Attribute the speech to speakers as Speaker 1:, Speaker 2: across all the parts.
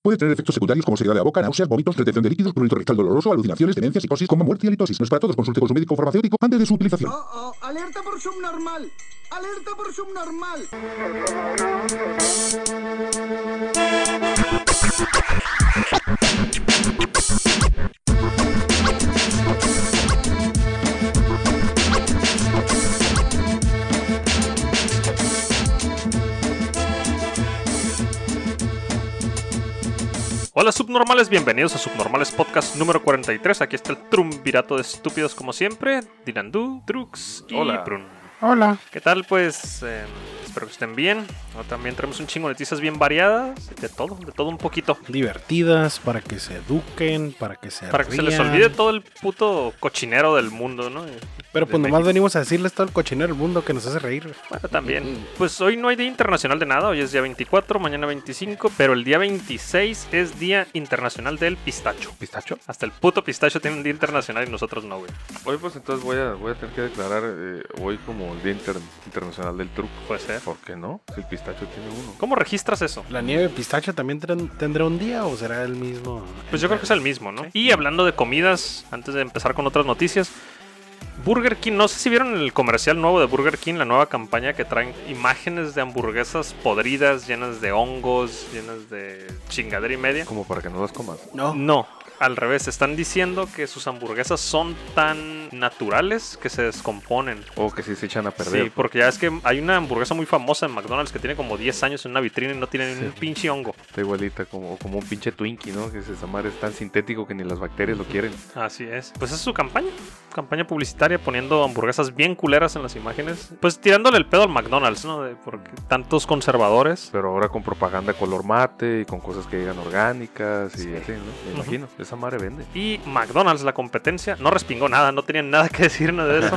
Speaker 1: Puede tener efectos secundarios como sequedad de la boca, náuseas, vómitos, retención de líquidos, prurito rectal doloroso, alucinaciones, demencia, psicosis, coma, muerte y halitosis. No es para todos. Consulte con su médico o farmacéutico antes de su utilización.
Speaker 2: Oh, oh, alerta por subnormal. Alerta por subnormal.
Speaker 3: Hola subnormales, bienvenidos a Subnormales Podcast número 43. Aquí está el trumbirato de estúpidos como siempre, Dinandú, Drux y
Speaker 4: Hola.
Speaker 3: Prun.
Speaker 4: Hola.
Speaker 3: ¿Qué tal? Pues eh, espero que estén bien. Ahora también traemos un chingo de noticias bien variadas, de todo, de todo un poquito.
Speaker 4: Divertidas, para que se eduquen, para que se
Speaker 3: Para que se les
Speaker 4: rían.
Speaker 3: olvide todo el puto cochinero del mundo, ¿no? Eh,
Speaker 4: Pero
Speaker 3: De
Speaker 4: pues nomás
Speaker 3: México.
Speaker 4: venimos a decirles todo el cochinero del mundo que nos hace reír.
Speaker 3: Bueno, también. Pues hoy no hay Día Internacional de nada, hoy es día 24, mañana 25, pero el día 26 es Día Internacional del Pistacho.
Speaker 5: ¿Pistacho?
Speaker 3: Hasta el puto pistacho tiene un día internacional y nosotros no, güey.
Speaker 5: Hoy pues entonces voy a, voy a tener que declarar eh, hoy como el Día Inter- Internacional del Truco.
Speaker 3: Puede ser.
Speaker 5: ¿Por qué no? Si el pistacho tiene uno.
Speaker 3: ¿Cómo registras eso?
Speaker 4: ¿La nieve de pistacho también tren- tendrá un día o será el mismo?
Speaker 3: Pues yo creo que es el mismo, ¿no?
Speaker 4: Sí.
Speaker 3: Y hablando de comidas, antes de empezar con otras noticias, Burger King, no sé si vieron el comercial nuevo de Burger King, la nueva campaña que traen imágenes de hamburguesas podridas, llenas de hongos, llenas de chingadera y media.
Speaker 5: Como para que no las comas.
Speaker 4: No.
Speaker 3: No, al revés, están diciendo que sus hamburguesas son tan naturales que se descomponen.
Speaker 5: O que si se echan a perder.
Speaker 3: Sí, porque ya es que hay una hamburguesa muy famosa en McDonald's que tiene como 10 años en una vitrina y no tiene ni un pinche hongo.
Speaker 5: Está igualita, como, como un pinche Twinkie, ¿no? Que ese samar es tan sintético que ni las bacterias lo quieren.
Speaker 3: Así es. Pues esa es su campaña. Campaña publicitaria poniendo hamburguesas bien culeras en las imágenes. Pues tirándole el pedo al McDonald's, ¿no? De- porque tantos conservadores.
Speaker 5: Pero ahora con propaganda color mate y con cosas que llegan orgánicas y
Speaker 3: Sí.
Speaker 5: así, ¿no? Me
Speaker 3: Ujú.
Speaker 5: imagino. Esa madre vende.
Speaker 3: Y McDonald's, la competencia, no respingó nada, no tenían nada que decirnos de eso.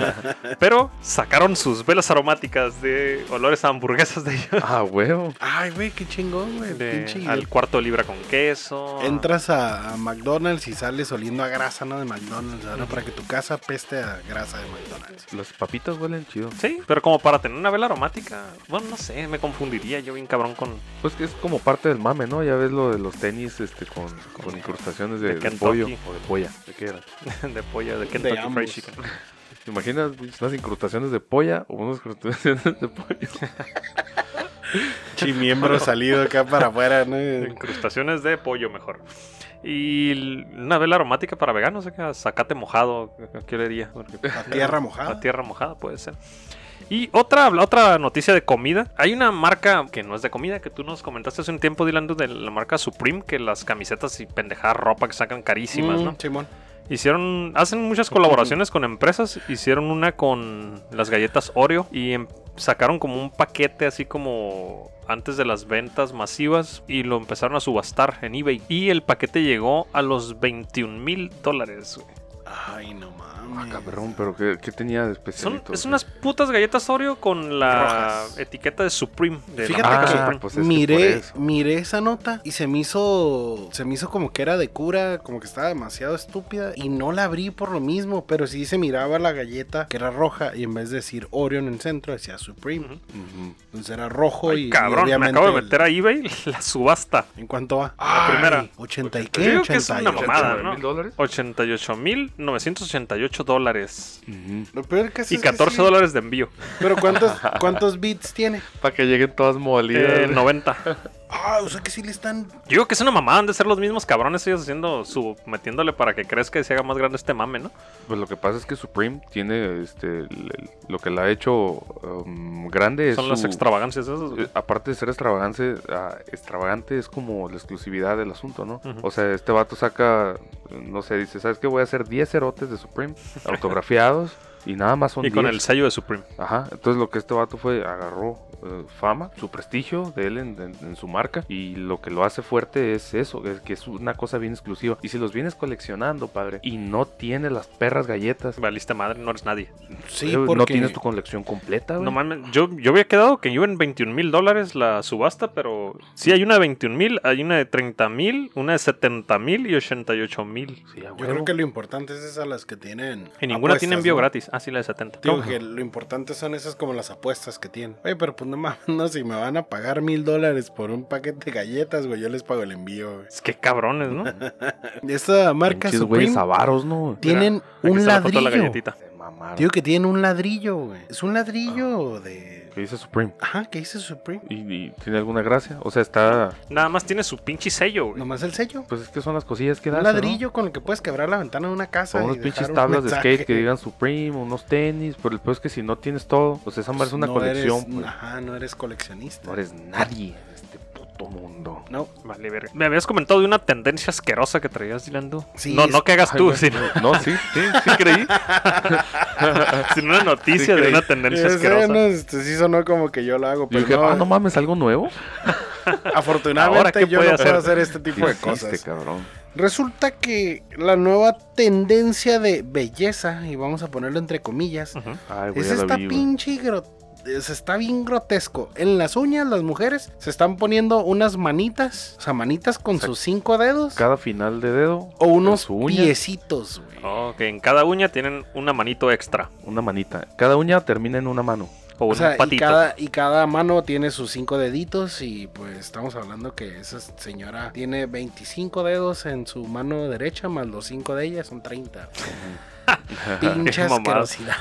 Speaker 3: pero sacaron sus velas aromáticas de olores a hamburguesas de ellos.
Speaker 5: Ah, huevo.
Speaker 4: Ay, güey, qué chingón, güey.
Speaker 3: De-
Speaker 4: pinche-
Speaker 3: al cuarto de libra con queso.
Speaker 4: Entras a, a McDonald's y sales oliendo a grasa, ¿no? De McDonald's, ¿no? Para que tu casa peste a grasa de McDonald's.
Speaker 5: Las papitas huelen chido.
Speaker 3: Sí, pero como para tener una vela aromática, bueno, no sé, me confundiría yo bien cabrón con
Speaker 5: Pues que es como parte del mame, ¿no? Ya ves lo de los tenis este, con, con incrustaciones
Speaker 3: De
Speaker 5: de, de
Speaker 3: Kentucky.
Speaker 5: pollo o de polla. ¿De qué era?
Speaker 3: de pollo de Kentucky Fried
Speaker 4: ambos.
Speaker 3: Chicken.
Speaker 5: ¿Te imaginas pinches, unas incrustaciones de polla o unas incrustaciones de pollo?
Speaker 4: Sí, miembro salido acá para afuera, ¿no?
Speaker 3: Incrustaciones de pollo mejor. Y l- una vela aromática para veganos, acá, zacate mojado, ¿qué le diría? Porque-
Speaker 4: A tierra mojada.
Speaker 3: A tierra mojada puede ser. Y otra, la otra noticia de comida. Hay una marca que no es de comida, que tú nos comentaste hace un tiempo, Dylan, de la marca Supreme, que las camisetas y pendejada ropa que sacan carísimas,
Speaker 4: Mm,
Speaker 3: ¿no?
Speaker 4: Simón.
Speaker 3: Hicieron, hacen muchas colaboraciones con empresas. Hicieron una con las galletas Oreo y em- sacaron como un paquete así como antes de las ventas masivas y lo empezaron a subastar en eBay. Y el paquete llegó a los 21 mil dólares. güey.
Speaker 4: Ay, no mames.
Speaker 5: Ah, Cabrón, pero ¿qué, qué tenía de especial?
Speaker 3: Son, es unas putas galletas Oreo con la
Speaker 4: Rojas.
Speaker 3: etiqueta de Supreme. de la
Speaker 4: Fíjate
Speaker 3: marca
Speaker 4: que-
Speaker 3: Supreme.
Speaker 5: pues es que por
Speaker 4: miré,
Speaker 5: eso.
Speaker 4: miré esa nota y se me hizo se me hizo como que era de cura, como que estaba demasiado estúpida y no la abrí por lo mismo, pero sí se miraba la galleta que era roja y en vez de decir Orion en el centro decía Supreme,
Speaker 3: Ujú.
Speaker 5: Ujú.
Speaker 4: entonces era rojo
Speaker 3: Ay,
Speaker 4: y
Speaker 3: cabrón, me
Speaker 4: obviamente
Speaker 3: acabo de
Speaker 4: el-
Speaker 3: meter a eBay la subasta.
Speaker 4: ¿En cuánto va?
Speaker 3: La primera.
Speaker 4: 80 y
Speaker 3: Yo
Speaker 4: qué?
Speaker 3: digo que es
Speaker 4: 88.
Speaker 3: una mamada,
Speaker 5: ¿Mil
Speaker 3: ¿no?
Speaker 5: dólares?
Speaker 3: 88.988 dólares.
Speaker 5: Ujú.
Speaker 4: Lo peor que es
Speaker 3: Y
Speaker 4: es que
Speaker 3: 14
Speaker 4: sí.
Speaker 3: dólares de envío.
Speaker 4: Pero ¿cuántos, cuántos bits tiene?
Speaker 5: Para que lleguen todas molidas.
Speaker 3: Eh,
Speaker 5: güey.
Speaker 3: 90.
Speaker 4: Ah, o sea que sí le están...
Speaker 3: Yo digo que es una mamada, han de ser los mismos cabrones ellos haciendo su. metiéndole para que crezca y se haga más grande este mame, ¿no?
Speaker 5: Pues lo que pasa es que Supreme tiene este el- el- lo que la ha hecho um, grande. es
Speaker 3: Son las
Speaker 5: su-
Speaker 3: extravagancias esas. güey.
Speaker 5: eh, Aparte de ser extravagante, ah, extravagante es como la exclusividad del asunto, ¿no?
Speaker 3: Ujú.
Speaker 5: O sea, este vato saca, no sé, dice, ¿sabes qué? Voy a hacer 10 cerotes de Supreme autografiados y nada más son
Speaker 3: Y con
Speaker 5: 10".
Speaker 3: el sello de Supreme.
Speaker 5: Ajá, entonces lo que este vato fue, agarró eh, fama, su prestigio de él en, en- en su marca y lo que lo hace fuerte es eso, es que es una cosa bien exclusiva. Y si los vienes coleccionando, padre, y no tienes las perras galletas,
Speaker 3: Valiste madre, no eres nadie.
Speaker 4: Sí,
Speaker 5: eh,
Speaker 4: porque...
Speaker 5: no tienes tu colección completa, güey.
Speaker 3: No mames, yo, yo había quedado que iba en 21 mil dólares la subasta, pero sí hay una de 21 mil, hay una de 30 mil, una de 70 mil y 88 mil.
Speaker 5: Sí, a
Speaker 4: Yo
Speaker 5: huevo.
Speaker 4: creo que lo importante es esas las que tienen...
Speaker 3: Y ninguna tiene
Speaker 4: apuestas,
Speaker 3: envío
Speaker 4: ¿no?
Speaker 3: gratis. Ah, sí, la de 70.
Speaker 4: Digo
Speaker 3: ¿Cómo?
Speaker 4: que lo importante son esas como las apuestas que tienen. Oye, pero pues no mames, no, si me van a pagar mil dólares por un paquete de galletas, güey, yo les pago el envío, güey.
Speaker 3: Es que cabrones, ¿no?
Speaker 4: Esta marca
Speaker 5: Pinches güeyes
Speaker 4: Supreme
Speaker 5: avaros, ¿no?
Speaker 4: tienen
Speaker 3: Aquí
Speaker 4: un
Speaker 3: está la foto de
Speaker 4: ladrillo.
Speaker 3: la galletita.
Speaker 5: Se mamaron.
Speaker 4: Digo que tienen un ladrillo, güey. Es un ladrillo de...
Speaker 5: ¿Qué dice Supreme?
Speaker 4: Ajá, ¿qué dice Supreme?
Speaker 5: ¿Y, y tiene alguna gracia? O sea, está...
Speaker 3: Nada más tiene su pinche sello, güey.
Speaker 4: Nomás el sello.
Speaker 5: Pues es que son las cosillas que dan.
Speaker 4: Un ladrillo con el que puedes quebrar la ventana de una casa. y
Speaker 5: Con unas
Speaker 4: dejar
Speaker 5: pinches
Speaker 4: un
Speaker 5: tablas de
Speaker 4: mensaje.
Speaker 5: skate que digan Supreme, unos tenis, pero el peor es que si no tienes todo, pues esa madre es una
Speaker 4: No
Speaker 5: colección,
Speaker 4: eres-
Speaker 5: pues.
Speaker 4: Ajá, no eres coleccionista.
Speaker 5: No eres nadie en este puto mundo.
Speaker 4: No.
Speaker 3: Vale, verga. Me habías comentado de una tendencia asquerosa que traías, Dylan, tú.
Speaker 4: Sí,
Speaker 3: no,
Speaker 4: es-
Speaker 3: no que hagas
Speaker 5: Ay,
Speaker 3: tú,
Speaker 5: güey.
Speaker 3: sino,
Speaker 5: No, sí, sí, sí creí.
Speaker 4: Ah,
Speaker 3: sino una
Speaker 5: Sí,
Speaker 3: noticia de
Speaker 5: creí.
Speaker 3: una tendencia
Speaker 4: Ese,
Speaker 3: asquerosa.
Speaker 4: no, este, sí sonó como que yo lo hago,
Speaker 5: Yo
Speaker 4: pero
Speaker 5: dije,
Speaker 4: no,
Speaker 5: ah, no mames, algo nuevo.
Speaker 3: Ahora,
Speaker 4: afortunadamente
Speaker 3: ¿qué
Speaker 4: yo
Speaker 3: puede
Speaker 4: no
Speaker 3: hacer?
Speaker 4: puedo hacer este tipo de
Speaker 5: Existe,
Speaker 4: cosas.
Speaker 5: cabrón.
Speaker 4: Resulta que la nueva tendencia de belleza, y vamos a ponerlo entre comillas,
Speaker 3: Ujú.
Speaker 5: Ay, güey,
Speaker 4: es
Speaker 5: ya la
Speaker 4: esta
Speaker 5: vi, güey.
Speaker 4: pinche gro- es- está bien grotesco. En las uñas las mujeres se están poniendo unas manitas, o sea, manitas con
Speaker 5: Exacto.
Speaker 4: sus cinco dedos
Speaker 5: Cada final de dedo.
Speaker 4: o
Speaker 5: en
Speaker 4: unos
Speaker 5: su uña,
Speaker 4: piecitos, güey.
Speaker 3: Oh, que en cada uña tienen una manito extra.
Speaker 5: Una manita. Cada uña termina en una mano.
Speaker 3: O,
Speaker 4: O
Speaker 3: un
Speaker 4: sea, y
Speaker 3: patito. Pues,
Speaker 4: cada, y cada mano tiene sus cinco deditos y pues estamos hablando que esa señora tiene 25 dedos en su mano derecha más los cinco de ella son 30. Pinche
Speaker 3: Qué mamada.
Speaker 4: asquerosidad.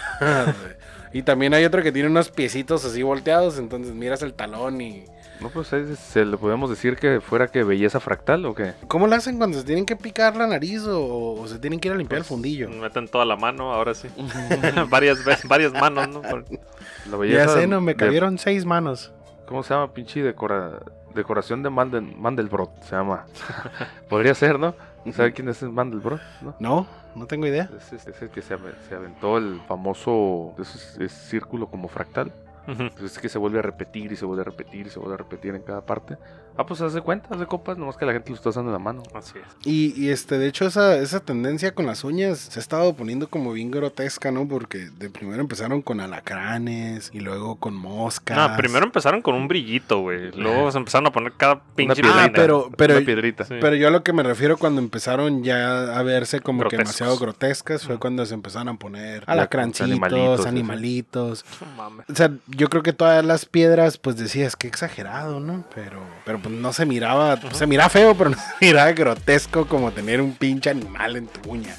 Speaker 4: güey. y también hay otro que tiene unos piecitos así volteados, entonces miras el talón y...
Speaker 5: No, pues ahí se le podemos decir que fuera que belleza fractal o qué.
Speaker 4: ¿Cómo lo hacen cuando se tienen que picar la nariz o, o se tienen que ir a limpiar
Speaker 3: Pues,
Speaker 4: el fundillo?
Speaker 3: Meten toda la mano, ahora sí. varias veces, varias manos, ¿no? Por-
Speaker 5: La
Speaker 4: Ya
Speaker 5: belleza.
Speaker 4: sé, no, me
Speaker 5: pues, de-
Speaker 4: cabieron seis manos.
Speaker 5: ¿Cómo se llama? Pinche decora- decoración de Mandel- Mandelbrot, se llama. Podría ser, ¿no? ¿Sabe quién es el Mandelbrot? ¿No?
Speaker 4: No, no tengo idea.
Speaker 5: Es, este, es- es el que se, ave- se aventó el famoso es- es- es círculo como fractal.
Speaker 3: Ujú.
Speaker 5: Entonces es que se vuelve a repetir y se vuelve a repetir y se vuelve a repetir en cada parte. Ah, pues hace cuenta, hace copas, nomás que la gente lo está usando en la mano.
Speaker 3: Así es.
Speaker 4: Y, y, este, de hecho, esa, esa tendencia con las uñas se ha estado poniendo como bien grotesca, ¿no? Porque de primero empezaron con alacranes y luego con moscas.
Speaker 3: No, Ah, primero empezaron con un brillito, güey. Luego se empezaron a poner cada pinche
Speaker 5: piedrita.
Speaker 4: Ah,
Speaker 3: vaina.
Speaker 4: pero, pero,
Speaker 5: Una piedrita.
Speaker 3: Sí.
Speaker 4: pero yo a lo que me refiero cuando empezaron ya a verse como que
Speaker 3: Grotescos.
Speaker 4: demasiado grotescas fue cuando se empezaron a poner alacrancitos,
Speaker 5: animalitos,
Speaker 4: animalitos.
Speaker 5: sí, sí.
Speaker 3: No mames.
Speaker 4: O sea, yo creo que todas las piedras, pues decías que exagerado, ¿no? Pero, pero pues no se miraba, se miraba feo, pero no se miraba grotesco como tener un pinche animal en tu uña.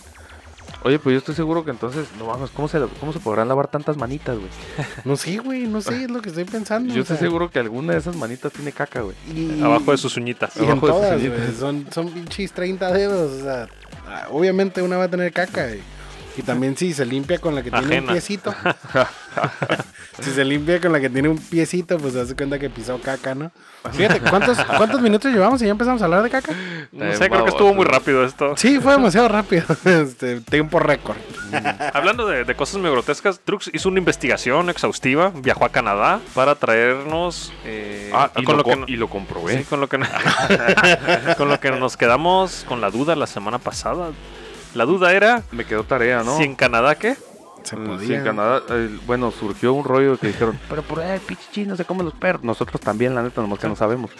Speaker 5: Oye, pues yo estoy seguro que entonces, no vamos, ¿cómo se, cómo se podrán lavar tantas manitas, güey?
Speaker 4: No sé, güey, no sé, es lo que estoy pensando.
Speaker 5: Yo
Speaker 4: o sea,
Speaker 5: estoy seguro que alguna de esas manitas tiene caca, güey.
Speaker 4: Y,
Speaker 3: Abajo de sus uñitas.
Speaker 4: y en
Speaker 5: abajo de sus
Speaker 4: todas,
Speaker 5: uñitas.
Speaker 4: güey, son, son pinches 30 dedos, o sea, ah, obviamente una va a tener caca, güey. Y también si se limpia con la que tiene un
Speaker 3: Ajena.
Speaker 4: piecito. si se limpia con la que tiene un piecito, pues se hace cuenta que pisó caca, ¿no? Fíjate, ¿cuántos, cuántos minutos llevamos y ya empezamos a hablar de caca?
Speaker 3: No sé, creo que estuvo muy rápido esto.
Speaker 4: Sí, fue demasiado rápido. Este, tiempo récord.
Speaker 3: Hablando de, de cosas medio grotescas, Trux hizo una investigación exhaustiva, viajó a Canadá para traernos eh,
Speaker 5: Ah, y,
Speaker 3: con lo
Speaker 5: lo
Speaker 3: que
Speaker 5: co-
Speaker 3: no-
Speaker 5: y lo comprobé.
Speaker 3: sí, con lo que no- con lo que nos quedamos con la duda la semana pasada. La duda era
Speaker 5: Me quedó tarea, ¿no?
Speaker 3: si en Canadá qué.
Speaker 4: Se
Speaker 5: Eh,
Speaker 4: podía.
Speaker 5: sí, en Canadá, eh, bueno, surgió un rollo que dijeron, pero por ahí, pinche chino, se comen los perros. Nosotros también, la neta, nomás que no sabemos.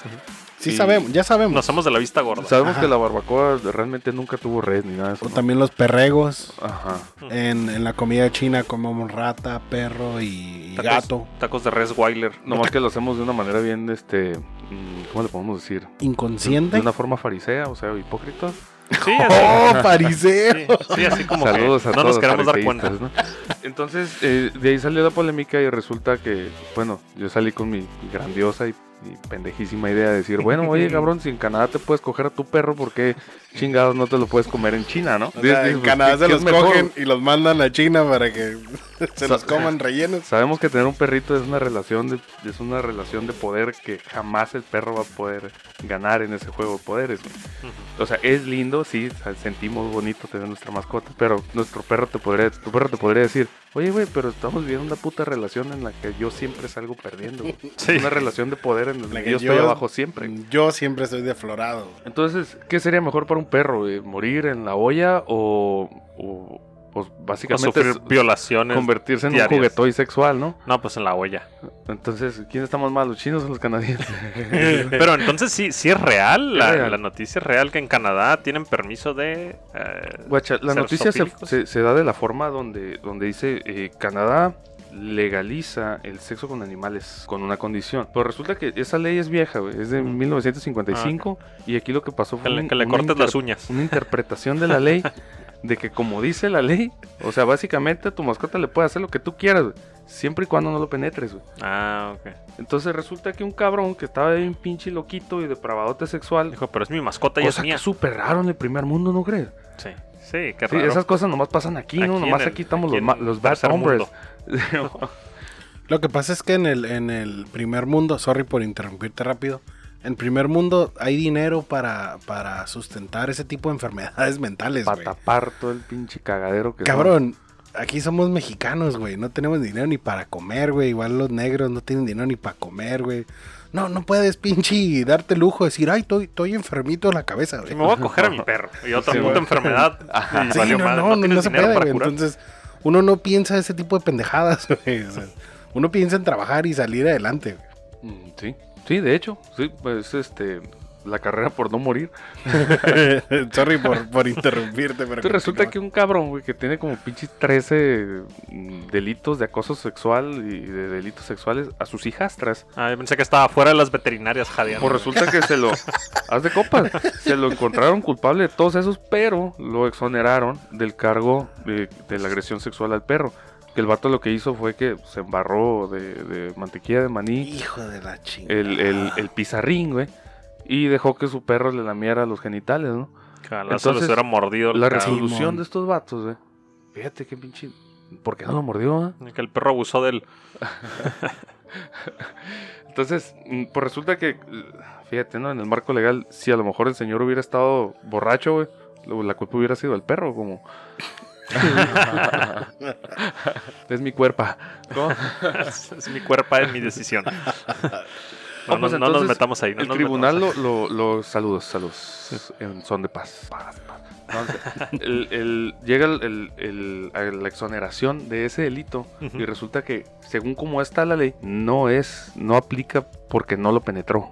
Speaker 4: Sí sabemos, ya sabemos.
Speaker 3: Nos somos de la vista gorda.
Speaker 5: Sabemos
Speaker 4: Ajá.
Speaker 5: que la barbacoa realmente nunca tuvo red ni nada de eso.
Speaker 4: O
Speaker 5: ¿no?
Speaker 4: también los perregos.
Speaker 5: Ajá.
Speaker 4: En, en la comida china comemos rata, perro y, y
Speaker 3: Tacos-
Speaker 4: gato.
Speaker 3: Tacos de res Weiler.
Speaker 5: Nomás que lo hacemos de una manera bien, este, mm, ¿cómo le podemos decir?
Speaker 4: ¿Inconsciente?
Speaker 5: De una forma farisea, o sea, hipócrita.
Speaker 3: Sí, así,
Speaker 4: ¡Oh, fariseo!
Speaker 3: sí, así como
Speaker 5: Saludos
Speaker 3: que
Speaker 5: a
Speaker 3: no
Speaker 5: todos
Speaker 3: nos queremos dar cuenta.
Speaker 5: fariseístas, ¿no? Entonces, eh, de ahí salió la polémica y resulta que, bueno, yo salí con mi grandiosa y, y pendejísima idea de decir, bueno, oye, cabrón, si en Canadá te puedes coger a tu perro, ¿por qué chingados no te lo puedes comer en China, no?
Speaker 4: O sea,
Speaker 5: Dices,
Speaker 4: en
Speaker 5: pues,
Speaker 4: Canadá
Speaker 5: ¿qué-
Speaker 4: se
Speaker 5: qué
Speaker 4: los
Speaker 5: es mejor?
Speaker 4: cogen y los mandan a China para que se
Speaker 5: Sa-
Speaker 4: los coman rellenos.
Speaker 5: Sabemos que tener un perrito es una relación de, es una relación de poder que jamás el perro va a poder ganar en ese juego de poderes. güey. O sea, es lindo, sí, o sea, sentimos bonito tener nuestra mascota, pero nuestro perro te podría, tu perro te podría decir, oye, güey, pero estamos viviendo una puta relación en la que yo siempre salgo perdiendo. güey.
Speaker 3: Sí.
Speaker 5: Una relación de poder en la
Speaker 4: La
Speaker 5: que
Speaker 4: que
Speaker 5: yo estoy
Speaker 4: yo-
Speaker 5: abajo siempre.
Speaker 4: Yo siempre soy deflorado.
Speaker 5: eh, Entonces, ¿qué sería mejor para un perro? güey? ¿Morir en la olla o, o- pues
Speaker 3: a
Speaker 5: básicamente
Speaker 3: sufrir
Speaker 5: es
Speaker 3: violaciones.
Speaker 5: convertirse en
Speaker 3: diarias.
Speaker 5: un juguetoy sexual, ¿no?
Speaker 3: No, pues en la huella.
Speaker 5: Entonces, ¿quién está más mal, los chinos o los canadienses?
Speaker 3: Pero entonces sí, sí es real, la,
Speaker 5: Es real.
Speaker 3: la noticia es real que en Canadá tienen permiso de... eh,
Speaker 5: Guacha, la
Speaker 3: ¿Ser
Speaker 5: noticia se,
Speaker 3: zoofílicos?
Speaker 5: se- se da de la forma donde, donde dice eh, Canadá legaliza el sexo con animales con una condición. Pero resulta que esa ley es vieja, güey, es de 1955 y aquí lo que pasó
Speaker 3: Mm. Ah, que
Speaker 5: fue
Speaker 3: le,
Speaker 5: un-
Speaker 3: que le
Speaker 5: una
Speaker 3: cortes las
Speaker 5: inter-
Speaker 3: uñas.
Speaker 5: una interpretación de la ley de que como dice la ley, o sea, básicamente a tu mascota le puede hacer lo que tú quieras, güey, siempre y cuando no lo penetres, güey.
Speaker 3: Ah, ok.
Speaker 5: Entonces resulta que un cabrón que estaba bien pinche loquito y depravadote sexual,
Speaker 3: Dijo, pero es mi mascota y es
Speaker 5: cosa
Speaker 3: mía.
Speaker 5: que superaron el primer mundo, ¿no crees?
Speaker 3: Sí, sí, qué
Speaker 5: Sí,
Speaker 3: raro.
Speaker 5: esas cosas nomás pasan aquí, ¿no?
Speaker 3: Aquí
Speaker 5: nomás
Speaker 3: en el-
Speaker 5: aquí estamos
Speaker 3: aquí
Speaker 5: los, ma-
Speaker 3: en
Speaker 5: los bad
Speaker 3: tercer
Speaker 5: hombres.
Speaker 3: mundo.
Speaker 4: Lo que pasa es que en el, en el primer mundo, sorry por interrumpirte rápido, en primer mundo hay dinero para, para sustentar ese tipo de enfermedades mentales,
Speaker 5: Para
Speaker 4: güey.
Speaker 5: tapar todo el pinche cagadero que son.
Speaker 4: Cabrón, aquí somos mexicanos, güey. No tenemos dinero ni para comer, güey. Igual los negros no tienen dinero ni para comer, güey. No, no puedes, pinche, darte el lujo de decir, ay, estoy, estoy enfermito de la cabeza, güey.
Speaker 3: Sí, me voy a coger a mi perro. Y otra
Speaker 5: Sí,
Speaker 3: puta
Speaker 5: güey.
Speaker 3: enfermedad. Y
Speaker 4: Sí,
Speaker 3: valió
Speaker 4: no,
Speaker 3: madre.
Speaker 4: no, no,
Speaker 3: tienes
Speaker 4: no se
Speaker 3: dinero
Speaker 4: puede,
Speaker 3: para
Speaker 4: güey.
Speaker 3: curar.
Speaker 4: Entonces, uno no piensa ese tipo de pendejadas, güey. O sea, uno piensa en trabajar y salir adelante, güey.
Speaker 5: Mm, Sí, sí, de hecho, sí, pues este, la carrera por no morir.
Speaker 4: Sorry por, por interrumpirte, pero.
Speaker 5: Entonces resulta
Speaker 4: continúa.
Speaker 5: que un cabrón, güey, que tiene como pinches 13 mm, delitos de acoso sexual y de delitos sexuales a sus hijastras.
Speaker 3: Ah, yo pensé que estaba fuera de las veterinarias jadeando.
Speaker 5: Pues resulta que se lo, haz de copas, se lo encontraron culpable de todos esos, pero lo exoneraron del cargo de, de la agresión sexual al perro. Que el vato lo que hizo fue que se embarró de, de mantequilla de maní.
Speaker 4: Hijo de la chingada.
Speaker 5: el, el, el pizarrín, güey. Y dejó que su perro le lamiera los genitales, ¿no?
Speaker 3: Ojalá se
Speaker 5: entonces,
Speaker 3: los hubiera mordido. el
Speaker 5: La
Speaker 3: cabrón.
Speaker 5: resolución de estos vatos, güey. Fíjate qué pinche. ¿Por qué no lo mordió? eh?
Speaker 3: Que el perro abusó del.
Speaker 5: Entonces, mm, pues resulta que. eh, Fíjate, ¿no? En el marco legal, si a lo mejor el señor hubiera estado borracho, güey, lo- la culpa hubiera sido el perro, como. es mi cuerpo. ¿Cómo?
Speaker 3: es mi cuerpo, es mi decisión. No,
Speaker 5: No,
Speaker 3: no,
Speaker 5: pues,
Speaker 3: no nos
Speaker 5: entonces,
Speaker 3: metamos ahí. no
Speaker 5: el
Speaker 3: nos
Speaker 5: tribunal
Speaker 3: metamos
Speaker 5: lo, lo, lo- saludos, saludos. En son de paz. Paz, paz. Entonces, el- el- llega el- el- el- a la exoneración de ese delito
Speaker 3: Ujú.
Speaker 5: y resulta que, según como está la ley, no es, no aplica porque no lo penetró,